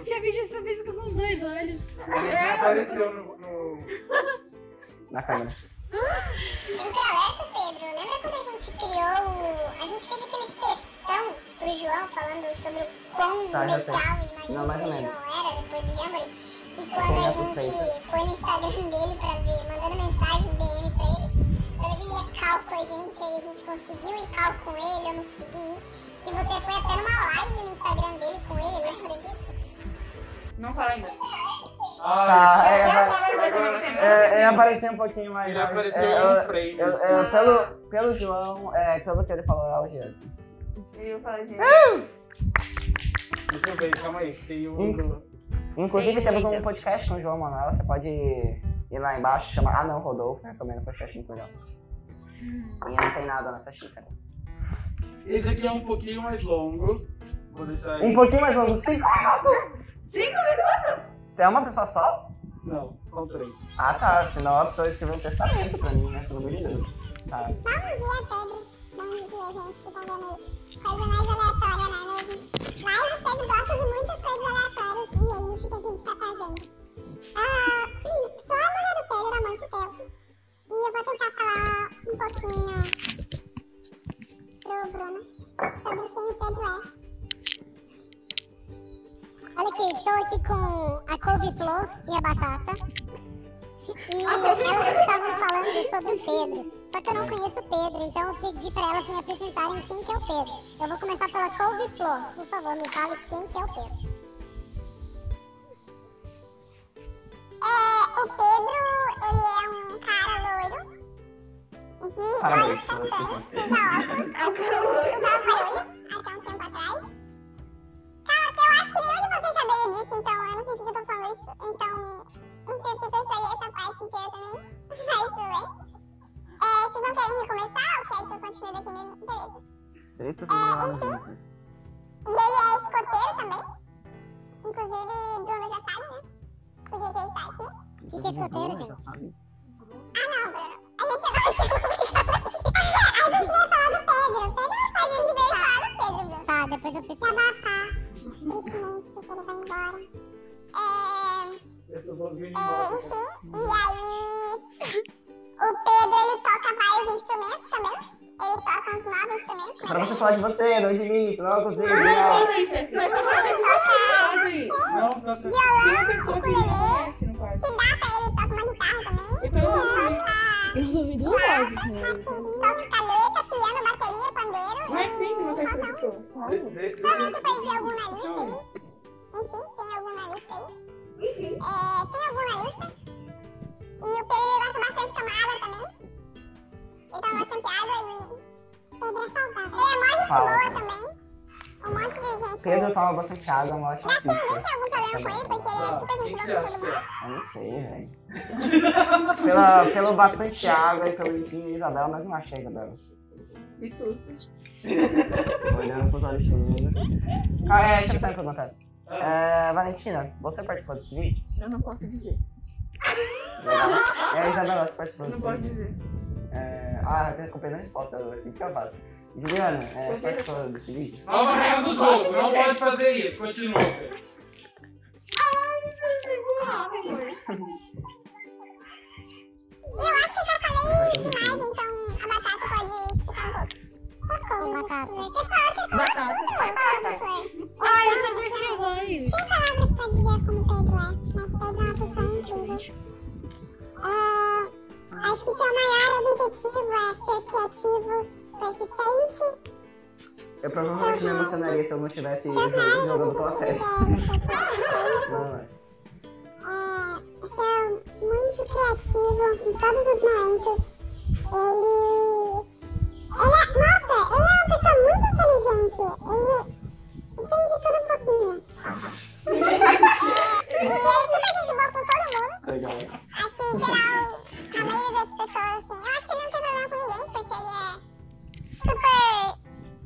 Chefe de física com os dois [laughs] olhos. É, É, Apareceu no. no... Na câmera. Sempre alerta, Pedro. Lembra quando a gente criou o. A gente fez aquele textão pro João falando sobre o quão Tá, já legal sei. e Não, mais maneiro ou que o menos. João era depois do Jamboree? E tenho quando a essa gente feita. foi no Instagram dele pra ver, mandando mensagem DM pra ele, pra ver se ele ia cal com a gente, aí a gente conseguiu ir cal com ele, eu não consegui ir. E você foi até numa live no Instagram dele com ele, lembra disso? Não fala ainda. Tá, Eu é, quero vai- falar exatamente o que É, ele apareceu um pouquinho mais. Ele mais- apareceu é, em eu- frame. eu- Ah. eu- pelo, pelo João, é, pelo que ele falou, é o Giannis. E eu falei, gente. Ah! Deixa eu ver, calma aí. Tem o. Hum. do- Inclusive, Tem temos coisa. um podcast com o João Manuel. Você pode ir lá embaixo, chama Ah Não Rodolfo, né? Também no podcast muito legal. E não tem nada nessa xícara. Esse aqui é um pouquinho mais longo. Vou deixar aí. Um pouquinho mais longo, cinco minutos! Cinco minutos? Você é uma pessoa só? Não, são três. Ah tá, senão a pessoa escreveu um pensamento pra mim, né? Pelo amor de Deus. Tá. Bom dia, Pedro. Bom dia, gente que tá vendo isso. Coisa mais aleatória, não é mesmo? é Mas o Pedro gosta de muitas coisas aleatórias e é isso que a gente tá fazendo. Ah, sou amiga do Pedro, um é? flor e a batata. E elas estavam falando sobre o Pedro. Só que eu não conheço o Pedro, então eu pedi pra elas me apresentarem quem que é o Pedro. Eu vou começar pela couve-flor. Por favor, me fale quem que é o Pedro. É, o Pedro, ele é um cara loiro. De Parabéns. olhos castanhos, usa óculos, assim, as meninas usavam ele até um tempo atrás. Cara, eu acho que nenhum de vocês saberia disso, então eu não sei o que que eu tô falando isso. Então, não sei porque que eu saí essa parte inteira também, [laughs] mas tudo bem. É, vocês não querem recomeçar ou querem que eu continue daqui mesmo? Beleza. Três pessoas moraram juntas. E ele é escoteiro também. Inclusive, Bruno já sabe, né? Por que que ele tá aqui. O que é escoteiro, gente? sabe? Ah, não, Bruno. A gente não vai se comunicar aqui. A gente vai falar do Pedro. Pedro é uma coisa de [laughs] um Pedro. Tá, depois eu preciso. Abafar. Tristemente, porque ele vai embora. É... Essa vozinha de É, volta. enfim, e aí o Pedro ele toca vários instrumentos também. Ele toca uns nove instrumentos, né? Ah, Pra mas você falar de você, não de mim, senão eu consigo. Não, gente, é Mas uma não é coisa maravilhosa. Não, não, não. Tem uma pessoa que não conhece no quarto. se dá pra ele toca uma guitarra também. E pelo menos- Eu resolvi duas vozes, né? Toca caleta, piano, bateria, pandeiro. é Mas tem assim, e uma terceira pessoa. De- de- de- Realmente Então, eu perdi algum na lista aí. Enfim, tem algum na lista aí. É, tem algum na lista. E o Pedro ele gosta bastante de tomar água também. Ele toma bastante água e. Pedro é saudável. Ele é mó gente Fala. boa também. Um monte de gente. Pedro tava bastante água, é uma ótima Acho que ninguém pista. tem algum problema com ele, porque ele é Ah, super o gente que boa com todo você acha que mundo. é? Eu não sei, velho. Pela, pelo bastante água e pelo limpinho de Isabela, mas não achei, Isabela. Que susto. Olhando pros olhos do menino. Ah, é, deixa eu fazer uma pergunta. É, Valentina, você participou desse vídeo? Eu não posso dizer. Legal. É, Isabela, você participou Não desse posso vídeo? dizer. É, ah, tem acompanhando as fotos, assim que eu faço. Juliana, é, Você- participou desse vídeo? Nova regra do Pode jogo, não dizer. pode fazer isso. Continua. Pedro. E eu acho que eu já falei demais, então a batata pode ficar um pouco. Ô, batata. Você falou, você falou. Batata. Flor. Ai, eu sou muito Tem ruim. palavras pra dizer como Pedro é, mas Pedro é uma pessoa incrível. Ah, acho que seu maior objetivo é ser criativo, persistente, Eu provavelmente me emocionaria se eu não estivesse seus maiores jogando pela série. objetivos é ser persistente, Não, é. é ser muito criativo em todos os momentos. Ele. Ele é. Nossa, ele é uma pessoa muito inteligente. Ele entende tudo um pouquinho. [laughs] É, e ele é super gente boa com todo mundo. é Legal. Acho que em geral, a maioria das pessoas, assim, eu acho que ele não tem problema com ninguém, porque ele é super.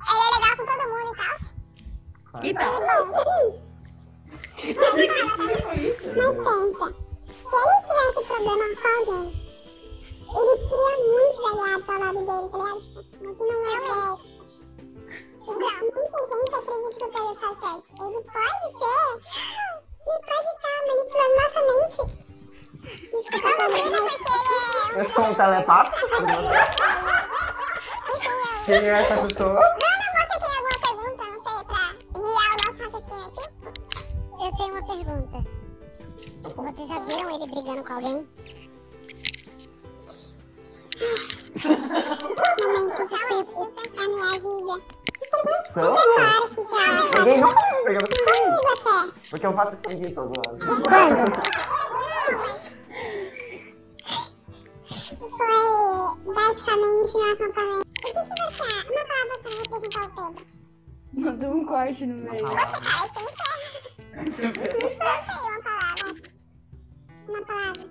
Ele é legal com todo mundo e tal. Claro. E E tá. [laughs] bom, Que foi isso? mas pensa, se ele tivesse problema com alguém, ele cria muitos aliados ao lado dele, tá ligado? Tipo, Imagina um exército. Então, muita gente acredita que o Pedro tá certo. Ele pode ser. [gasps] Ele pode estar manipulando nossa mente. Desculpa, mas ele é. Eu sou um telepata? Enfim, Quem é essa pessoa? Bruno, você tem alguma pergunta, não sei, pra guiar é o nosso raciocínio aqui? Eu tenho uma pergunta. Vocês já viram ele brigando com alguém? Momentos de peso na minha vida. é Sou? Claro que já. Ninguém Porque eu- Comigo até. Porque eu faço esse vídeo todo ano. Foi basicamente no acampamento. O que, que você acha? Uma palavra pra representar o Pedro. Mandou um corte no meio. Nossa, cara, você não sabe. Uma palavra. Uma palavra.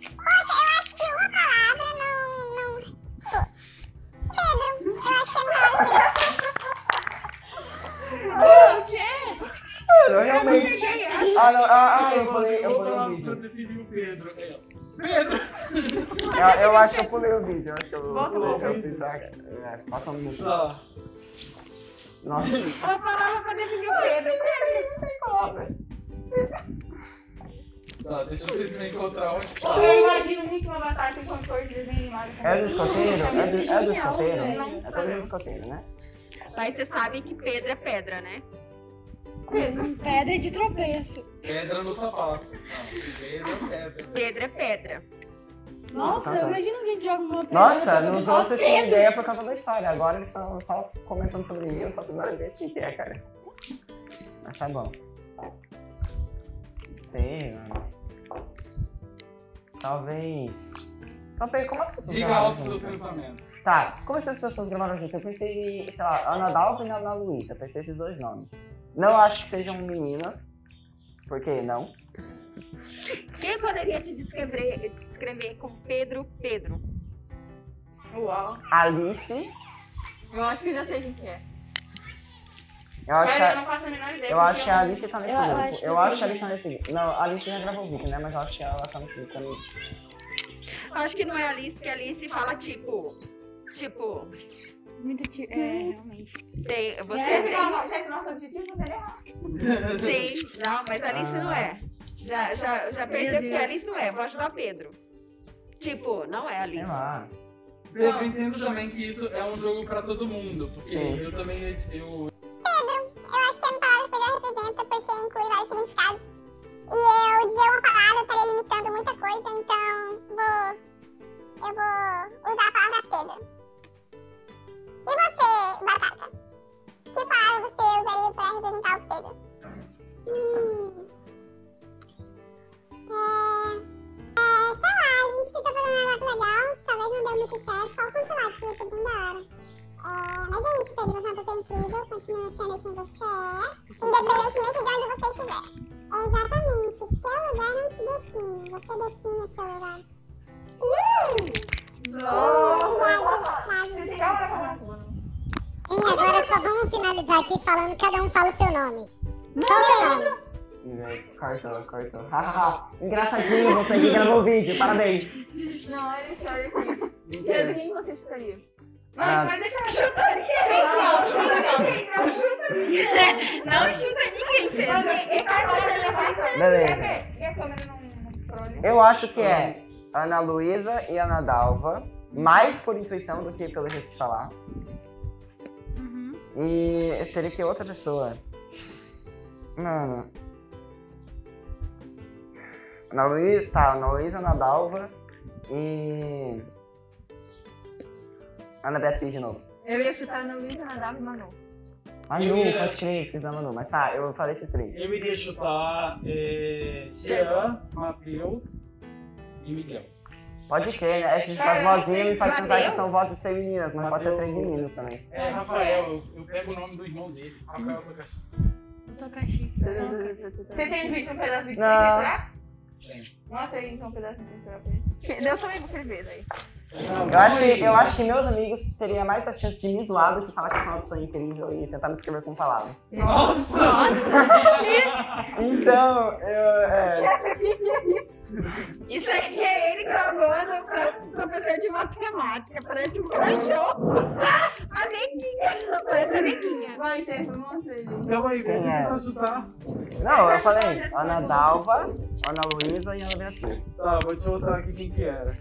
Poxa, eu acho que uma palavra não. não tipo. Pedro. Eu acho que é uma palavra. Eu realmente. Ah, não, ah, ah, eu pulei, eu vou pulei falar o pra você vídeo. definir o Pedro. É. Pedro! Eu, eu acho que eu pulei o vídeo. Eu acho que eu Volta, pulei, volta. eu fiz a- é, Bota um minuto. Tá. Nossa. Uma palavra pra definir o Pedro. Tá, deixa eu tentar encontrar onde tá. está. Eu imagino muito uma batata em contorno de desenho animado. com É do escoteiro? É do, é do escoteiro? velho. É todo mundo escoteiro, né? Mas você sabe que pedra é pedra, né? Pedro. Pedra de tropeço. Pedra no sapato. Não, pedra é pedra. Pedra é pedra. Nossa, Nossa. imagina alguém que joga uma pedra. Nossa, no nos sapato. outros tinha ideia por causa da história. Agora eles estão só comentando sobre mim, eu não faço nada ideia do que é, cara. Mas tá bom. Sim, mano. Talvez. Então, Pedro, como é que vocês Diga gravaram alto os seus juntas? pensamentos. Tá, como essas pessoas gravaram junto? Eu pensei, em, sei lá, Ana Dalva e Ana Luísa. Pensei esses dois nomes. Não acho que seja um menino. Por que não? Quem poderia te descrever, descrever com Pedro Pedro? Uau. Alice. Eu acho que eu já sei quem que é. Eu acho que Cara, eu a- não faço a menor ideia. Eu porque acho que a Alice tá nesse Eu- eu grupo. acho que eu eu sei acho que a quem Alice tá nesse grupo. Não, a Alice já gravou o vídeo, né? Mas eu acho que ela tá nesse grupo também. Acho que não é Alice, porque Alice fala tipo. Tipo, Muito ti- Hum. É, realmente. tem, É. É. Chefe, você não, chefe, nosso objetivo é fazer errar. tem. [laughs] Sim, não, mas Alice não é. Ah. Já, já, já percebo que Deus. Alice não é. Vou ajudar Pedro. Tipo, não é Sei Alice. lá. Pedro, eu entendo também que isso é um jogo pra todo mundo. Porque Sim. eu também. Eu, Eu acho que é uma palavra que melhor representa porque inclui vários significados. E eu dizer uma palavra estaria limitando muita coisa, então vou. Eu vou usar a palavra pedra. E você, Batata? Que palavra você usaria pra representar o Pedro? Hum. É. É, sei lá, a gente tentou fazer um negócio legal, talvez não deu muito certo, só o controlado que você tem da hora. É, mas é isso, Pedro. Você é uma pessoa incrível, continua sendo quem você é, independentemente de onde você estiver. Exatamente, seu lugar não te define, você define o seu lugar. Obrigada, Flávio. E agora só vamos finalizar aqui falando, cada um fala o seu nome. Só o seu nome. Né, Cortou, cortou. Hahaha. Engraçadinho, você que gravou o vídeo. Parabéns. É. Não, ele chora aqui. Pedro, quem você chutaria? Não, Ah. agora deixa eu chutaria. Pense alto, pense alto. Não chuta ninguém, Pedro. Mandei, esse cara vai levar isso. Beleza. Chefe, e a câmera não- não trolha? Eu acho que é Ana Luísa e Ana Dalva. Mais por intuição do que pelo jeito de falar. Uhum. E eu teria que ter outra pessoa. Mano. Ana Luísa, tá, Ana Luísa, Ana Dalva e. Ana Beatriz de novo. Eu ia chutar no Luiz, Nadal e Manu. Ai, Eu não, ia- pode crer que vocês amam não, mas tá, eu falei esses três. eu iria chutar é, Jean, Matheus e Miguel. Pode crer, né? Esses faz vozinha me faz pensar que são vozes femininas, mas pode ter três Mateus. meninos também. É, Rafael, eu, eu pego o nome do irmão dele. Rafael Takashi. Vou tocar chique. Toca. Você tem um vídeo um pedaço de vídeo Não. sem censurar? Tem. Mostra aí então um pedaço de censurar pra ele. Deu só meio escrever aí. Eu acho, que, eu acho que meus amigos teriam mais a chance de me zoar do que falar que eu sou uma pessoa incrível e tentar me descrever com palavras. Nossa! [laughs] Então, eu. É, [laughs] Isso aqui é ele gravando para o professor de matemática. Parece um cachorro. [laughs] A neguinha. Parece a neguinha. Vai, chefe, mostra ele. Calma Então, aí, tá deixa é? eu tentar chutar. é. não, eu falei Ana Dalva, Ana Luísa e Ana Beatriz. Tá, vou te voltar aqui quem que era.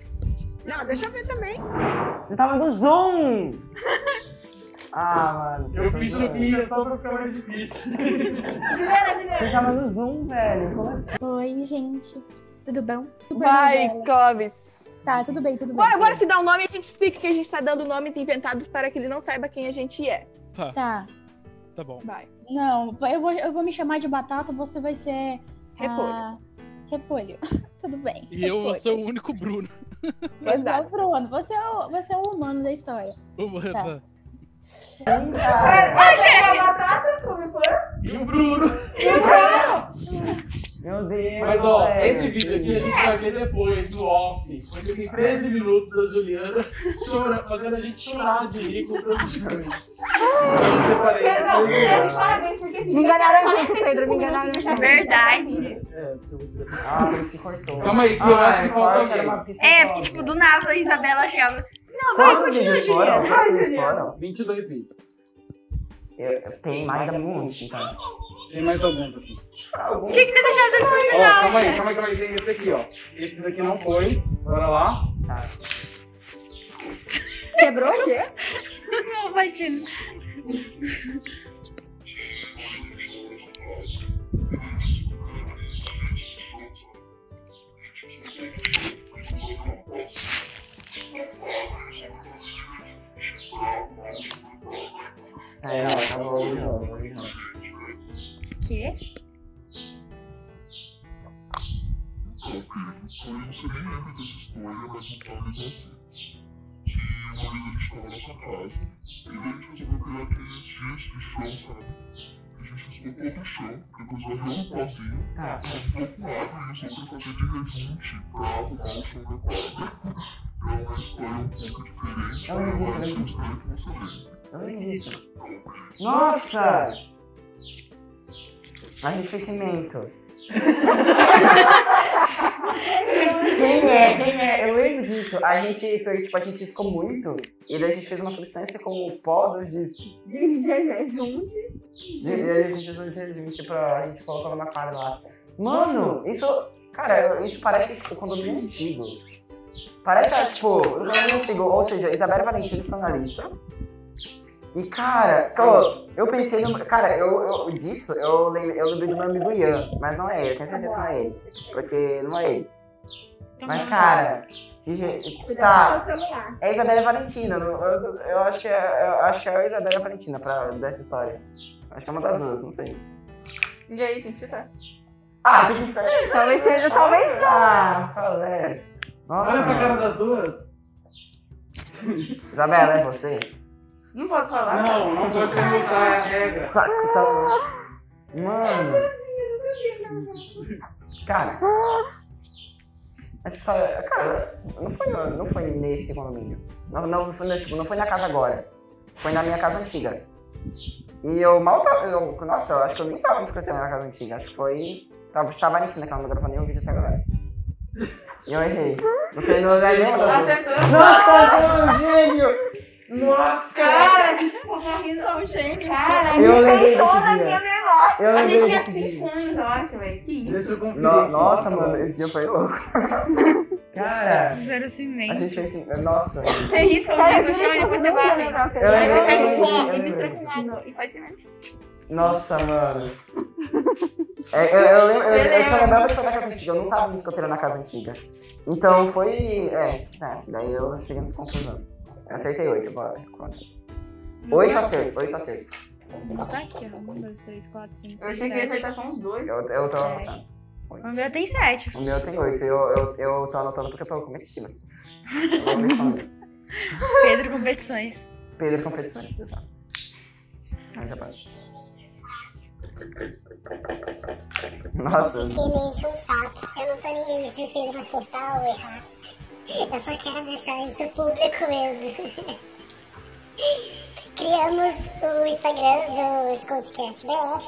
Não, deixa eu ver também. Você tava no Zoom! Ah, mano. vocês Eu são fiz doidos. chuquinha só pra ficar mais difícil. Você tava no Zoom, velho. Como assim? Oi, gente. Tudo bom? Vai, Clóvis. Tá, tudo bem, tudo bem. Bora, bora se dar um nome e a gente explica que a gente tá dando nomes inventados para que ele não saiba quem a gente é. Tá. Tá bom. Vai. Não, eu vou, eu vou me chamar de batata, você vai ser. Repolho. ah, repolho. [laughs] tudo bem. E eu sou o único Bruno. Exato. Exato. Bruno. Você é, o, você é o humano da história. Vamos Tá. lá. Sim, cara. a batata, como foi? E o Bruno. Meu Deus. Mas ó, velho. esse vídeo aqui a gente vai ver depois, no off. Onde tem 13 minutos da Juliana chora, fazendo a gente chorar de rir com tanto de [laughs] coisa. né? Eu Tá. separei. Não, esse chefe, vídeo. parabéns, porque esse Me vídeo já enganaram tinha junto, 45 Pedro, me minutos enganaram e já junto. foi é Verdade. assim. É, deixa eu ver. Ah, ele se cortou. Calma aí, que Ah, eu acho que falta alguém. É, porque, tipo, do nada a Isabela chegava. Não, Ah, vai, é Quantos vídeos foram? Quantos vídeos foram? 22 vídeos. Eu- eu- Tem mais da monte, então. Tem mais alguns aqui. Alguns. Tinha que ter deixado desse Ó, final, calma aí, chefe. calma aí, calma aí. Tem esse aqui, ó. Esse daqui não foi. Bora lá. Quebrou [laughs] o quê? Não, Batino. É, só comigo. Porém, você nem lembra dessa história, mas eu tava mesmo assim. Que uma vez a gente tava na sua casa, e daí a gente resolveu pegar aqueles dias de chão, sabe? A gente escapou do chão, depois varreu um pozinho, ficou com água e resolveu fazer de rejunte pra arrumar o chão da quadra. É uma história um pouco diferente, Eu mas lembro é disso, eu uma lembro história que você lembra. Eu lembro disso. Nossa! Mais reconhecimento. Quem é? Quem é? Eu lembro disso. A gente, foi, tipo, a gente riscou muito e daí a gente fez uma substância com o pó do disco. E é daí a gente fez um detergente pra a gente colocar na quadra lá. Mano, isso. Cara, isso parece tipo condomínio antigo. Parece, tipo, o condomínio antigo. Ou seja, Isabela Valentina Sanalista. E cara, tô- eu pensei no. Cara, eu, eu- disso eu lembro, eu lembro do meu amigo Ian, mas não é ele, eu tenho certeza que não é ele. Porque não é ele. Mas, cara, que- tá. celular. É a Isabela Valentina, não- eu, eu acho que é, eu acho que é a Isabela Valentina pra, dessa história. Acho que é uma das duas, não sei. E aí, tem que chutar. Ah, tem que chutar. [laughs] Talvez seja, talvez não. Ah, qual é? Nossa. Olha pra cara das duas. Isabela, é você? Não posso falar. Não, não pode perguntar, é a regra. Tá- tá- Mano. Cara. Essa, cara, não foi, no- não foi nesse condomínio. Não, não, foi, na- tipo, não foi na casa agora. Foi na minha casa antiga. E eu mal tava. Eu, nossa, eu acho que eu nem tava escutando na casa antiga. Acho que foi. Tava, tava na China que ela não gravou nenhum vídeo até agora. E eu errei. Não sei, não é nenhuma das duas. Acertou. Nossa, você é um gênio! Nossa! Cara, a gente ficou São gênios. Cara, Eu eu lembrei inventou desse na dia. minha memória. Eu a lembrei gente tinha desse 5 anos, eu acho, velho. Que isso? Deixa eu conferir. No- aqui. nossa, mano, esse dia foi louco. Cara, Zero cimento. a gente fez assim, nossa. Você é risca o dedo no chão e depois você vai vendo. Eu Aí você lembrei, pega o pó eu e lembrei. mistura com água e faz assim. cimento. Nossa, mano. É, eu, eu, lembro- eu, Você eu, só lembra? lembrava que foi na casa antiga, eu não tava me escoteando na casa antiga. Então foi. É, é, daí eu cheguei nessa conclusão. Eu acertei oito, bora. Conta. Oito acertos, oito acertos. Tá aqui, ó. Um, dois, três, quatro, cinco, Eu seis, achei que ia sete. acertar só uns dois. Eu, eu tô Sete. anotando. O meu tem sete. O meu tem oito, eu, eu, eu tô anotando porque eu tô competitiva. Eu vou me falar. Pedro Competições. Pedro competições, exato. Ah, já passa. Nossa, Fiquei meio com fato. Eu não tô nem aí se o Pedro acertar ou errar. Eu só quero deixar isso público mesmo. [laughs] Criamos o Instagram do Scoutcast BR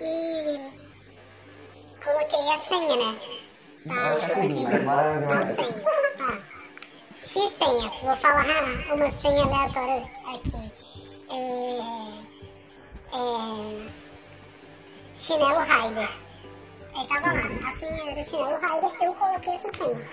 e coloquei a senha, né? Tá, eu coloquei a maravilhoso. senha. Tá. X senha. Vou falar uma senha aleatória aqui. É... É... Chinelo Raider. É, Aí tava lá, assim, era o chinelo Raider, eu coloquei essa senha.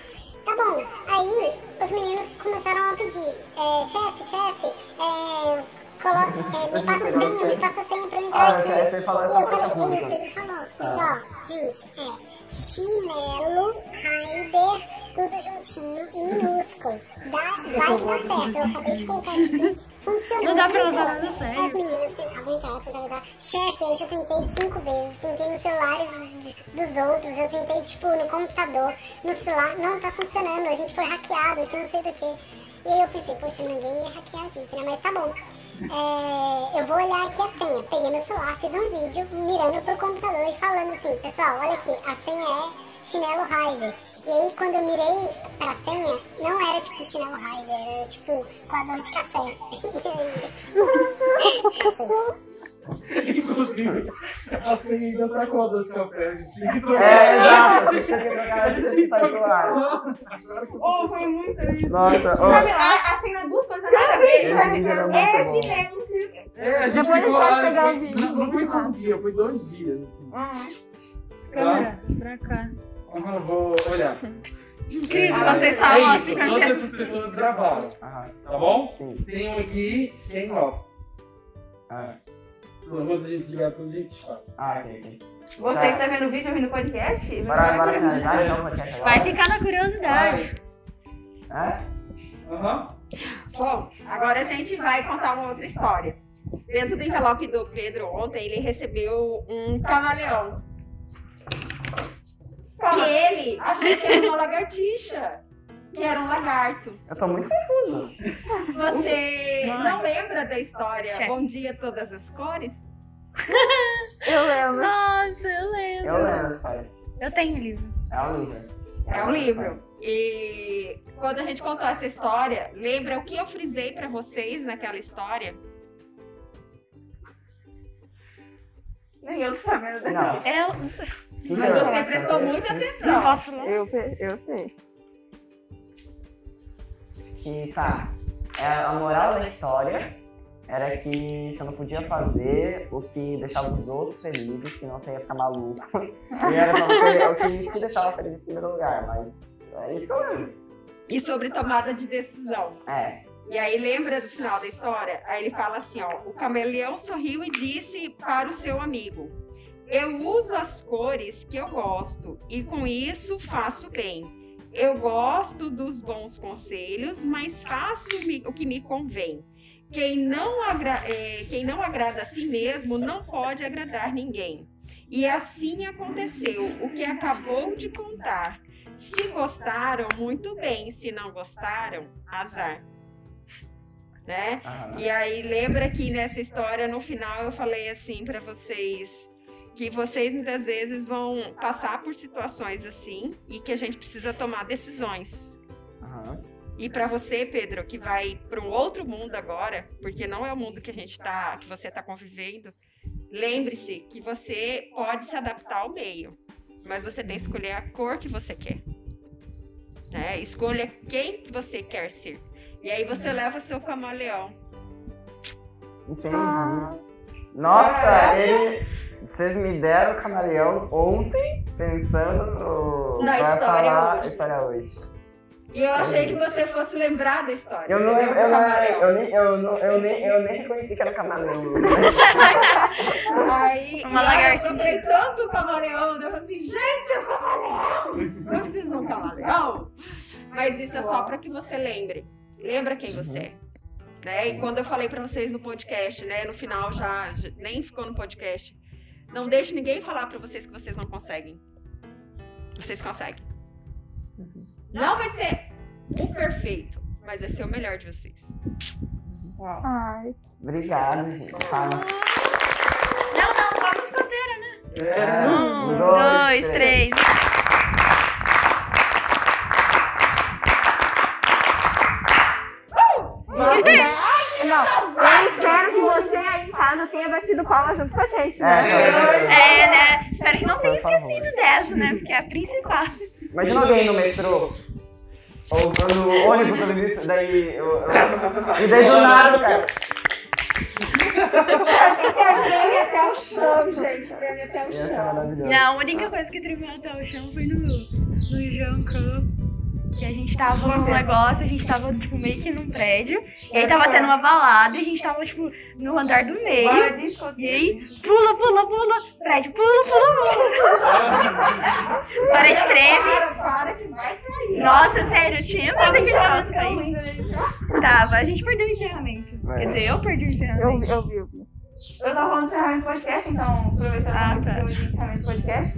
Tá bom, aí os meninos começaram a pedir, é, chefe, chefe, é, colo- é, me passa a senha, me passa a senha pra eu entrar Ah, aqui. é, você falou e essa Ah. eu coisa falei, pública. ele, ele falou, pessoal, gente, é chinelo Raider, tudo juntinho, em minúsculo. Dá, vai que dá certo, eu acabei de colocar aqui. Funcionou. Não dá pra levar entrou. nada a sério. As meninas tentavam entrar, tentavam entrar. Chefe, eu já tentei cinco vezes. Tentei nos celulares de- dos outros. Eu tentei, tipo, no computador, no celular. Não tá funcionando. A gente foi hackeado, que não sei do que. E aí eu pensei, poxa, ninguém ia hackear a gente, né? Mas tá bom. É, eu vou olhar aqui a senha. Peguei meu celular, fiz um vídeo mirando pro computador e falando assim: pessoal, olha aqui, a senha é chinelo Raider. E aí, quando eu mirei pra senha, não era tipo chinelo Raider, era tipo coador de café. [laughs] Inclusive, a senha ainda tá com a dor de café. A gente tinha que trocar. É, exato, a você gente tinha que trocar, a gente você tinha que saiu do ar. trocar. Oh, foi muito isso. Nossa, Sabe, ó. a, a cena duas coisas mais a ver. Esse vídeo era muito É bom. chinelo, não sei o quê. É, a gente Depois ficou a gente lá. pode pegar o não- vídeo. Não foi só um dia, foi dois dias. assim. Hum. Tá. Câmera, pra cá. Aham, eu vou olhar. Incrível. É, vocês é falam isso, assim com a Todas gente. essas pessoas gravaram, Aham, tá bom? sim. Tem um aqui e em off. Ah, Então, quando a gente ligar tudo, a gente fala. ah, ok, ok. Você que tá vendo o vídeo ouvindo o podcast, vai Bora, ficar bora curioso. finalizar então, podcast agora? Vai ficar na curiosidade. É? Aham. Bom, agora a gente vai contar uma outra história. Dentro do envelope do Pedro ontem, ele recebeu um camaleão. E ele Achei! Achei que era uma lagartixa. Que era um lagarto. Eu tô muito confuso. Você não lembra da história Bom Dia Todas as Cores? Eu lembro. Nossa, eu lembro. Eu lembro, É um sabe? Eu tenho o livro. É um livro. É um livro. E quando a gente contou essa história, lembra o que eu frisei pra vocês naquela história? Nem eu tô sabendo dessa. Não. Eu... Mas você prestou muita atenção. Não posso não. Eu, pe- eu sei. que, tá, é, a moral da história era que você não podia fazer o que deixava os outros felizes, senão você ia ficar [laughs] maluco. E era pra você, é o que te deixava feliz em primeiro lugar, mas é isso mesmo. E sobre tomada de decisão. É, E aí lembra do final da história? Aí ele fala assim, ó, o camaleão sorriu e disse para o seu amigo: "Eu uso as cores que eu gosto e com isso faço bem. Eu gosto dos bons conselhos, mas faço me- o que me convém. Quem não, agra- eh, quem não agrada a si mesmo não pode agradar ninguém. E assim aconteceu o que acabou de contar. Se gostaram, muito bem. Se não gostaram, azar. Né? aham. E aí lembra que nessa história no final eu falei assim pra vocês que vocês muitas vezes vão passar por situações assim e que a gente precisa tomar decisões. aham. E pra você, Pedro, que vai pra um outro mundo agora, porque não é o mundo que a gente tá, que você tá convivendo, lembre-se que você pode se adaptar ao meio, mas você tem que escolher a cor que você quer. Né? Escolha quem que você quer ser. E aí você leva seu camaleão Ah. Entendi. Nossa, É. ele... Vocês me deram o camaleão ontem, pensando no... pra Na história falar hoje. a história hoje. E eu achei que você fosse lembrar da história. Eu não, eu, entendeu? eu, não, um Camarão. eu, nem, eu, não, eu, nem, eu nem reconheci que era [laughs] camaleão. Aí Uma e lagartixa. eu toquei tanto o camaleão, né? eu falei assim, gente, é o camaleão! Não precisa de um camaleão. Mas isso é só para que você lembre. Lembra quem você é. Né? E quando eu falei para vocês no podcast, né? No final já, já- nem ficou no podcast. Não deixe ninguém falar para vocês que vocês não conseguem. Vocês conseguem. Uhum. Não vai ser o perfeito, mas vai ser o melhor de vocês. Ai. Obrigado, gente. Palmas. Não, não, vamos escoteira. É. né? Um, dois, três. Eu espero que você aí em tá? casa tenha batido palma junto com a gente, né? É, É, né? Espero que não tenha Por favor. esquecido dessa, né? Porque é a principal. Imagina alguém no metrô. Ou ou no ônibus, ouvindo isso, daí. Eu, eu- E daí do nada, cara. É, né? Treme até o chão, gente. Treme até o é é Ia ser chão. maravilhoso. Não, a única coisa que tremeu até o chão foi no, no Jean Club. Que a gente tava num negócio, a gente tava, tipo, meio que num prédio. E É aí tava tendo uma balada e a gente tava, tipo, no andar do meio. Bora de escoteiro. E aí, pula, pula, pula, prédio, pula, pula, pula. Parece treme. Para, para, que vai cair. Nossa, sério, eu tinha medo Tava daquele falando negócio tão aí. lindo, gente. Tava, a gente perdeu o encerramento. É. Quer dizer, eu perdi o Eu, encerramento. eu vi, eu vi. Eu tava falando do encerramento do podcast, então, aproveitando Ah, que tá. eu dei o encerramento do podcast.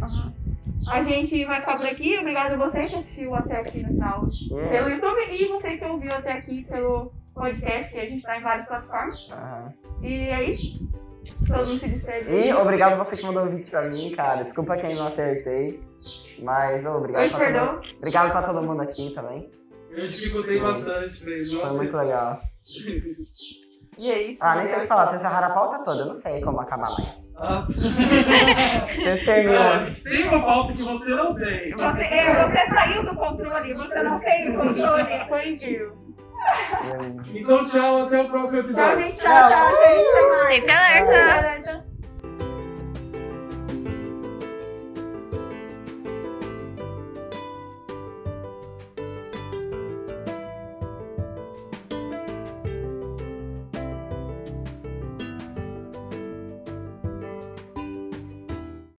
A gente vai ficar por aqui. Obrigada a você que assistiu até aqui no final Yeah. pelo YouTube e você que ouviu até aqui pelo podcast, que a gente tá em várias plataformas. Aham. E é isso. Todo mundo se despede. E obrigado você que mandou o vídeo pra mim, cara. Desculpa quem não acertei. Mas ô, obrigado. Hoje pra todo perdoa. mundo. Obrigado pra todo mundo aqui também. Eu dificultei bastante pra ele. Foi Nossa, muito legal. E é isso. Ah, nem sei o que falar, vocês erraram a pauta toda, eu não sei como acabar mais. [laughs] Ah, Vocês a terminam. gente tem uma pauta que você não tem. Você, é, você saiu do controle, você não tem o controle. Foi incrível. Uhum. Então, tchau, até o próximo episódio. Tchau, gente. Tchau, tchau, gente. Até mais. Sempre alerta. Obrigada, então.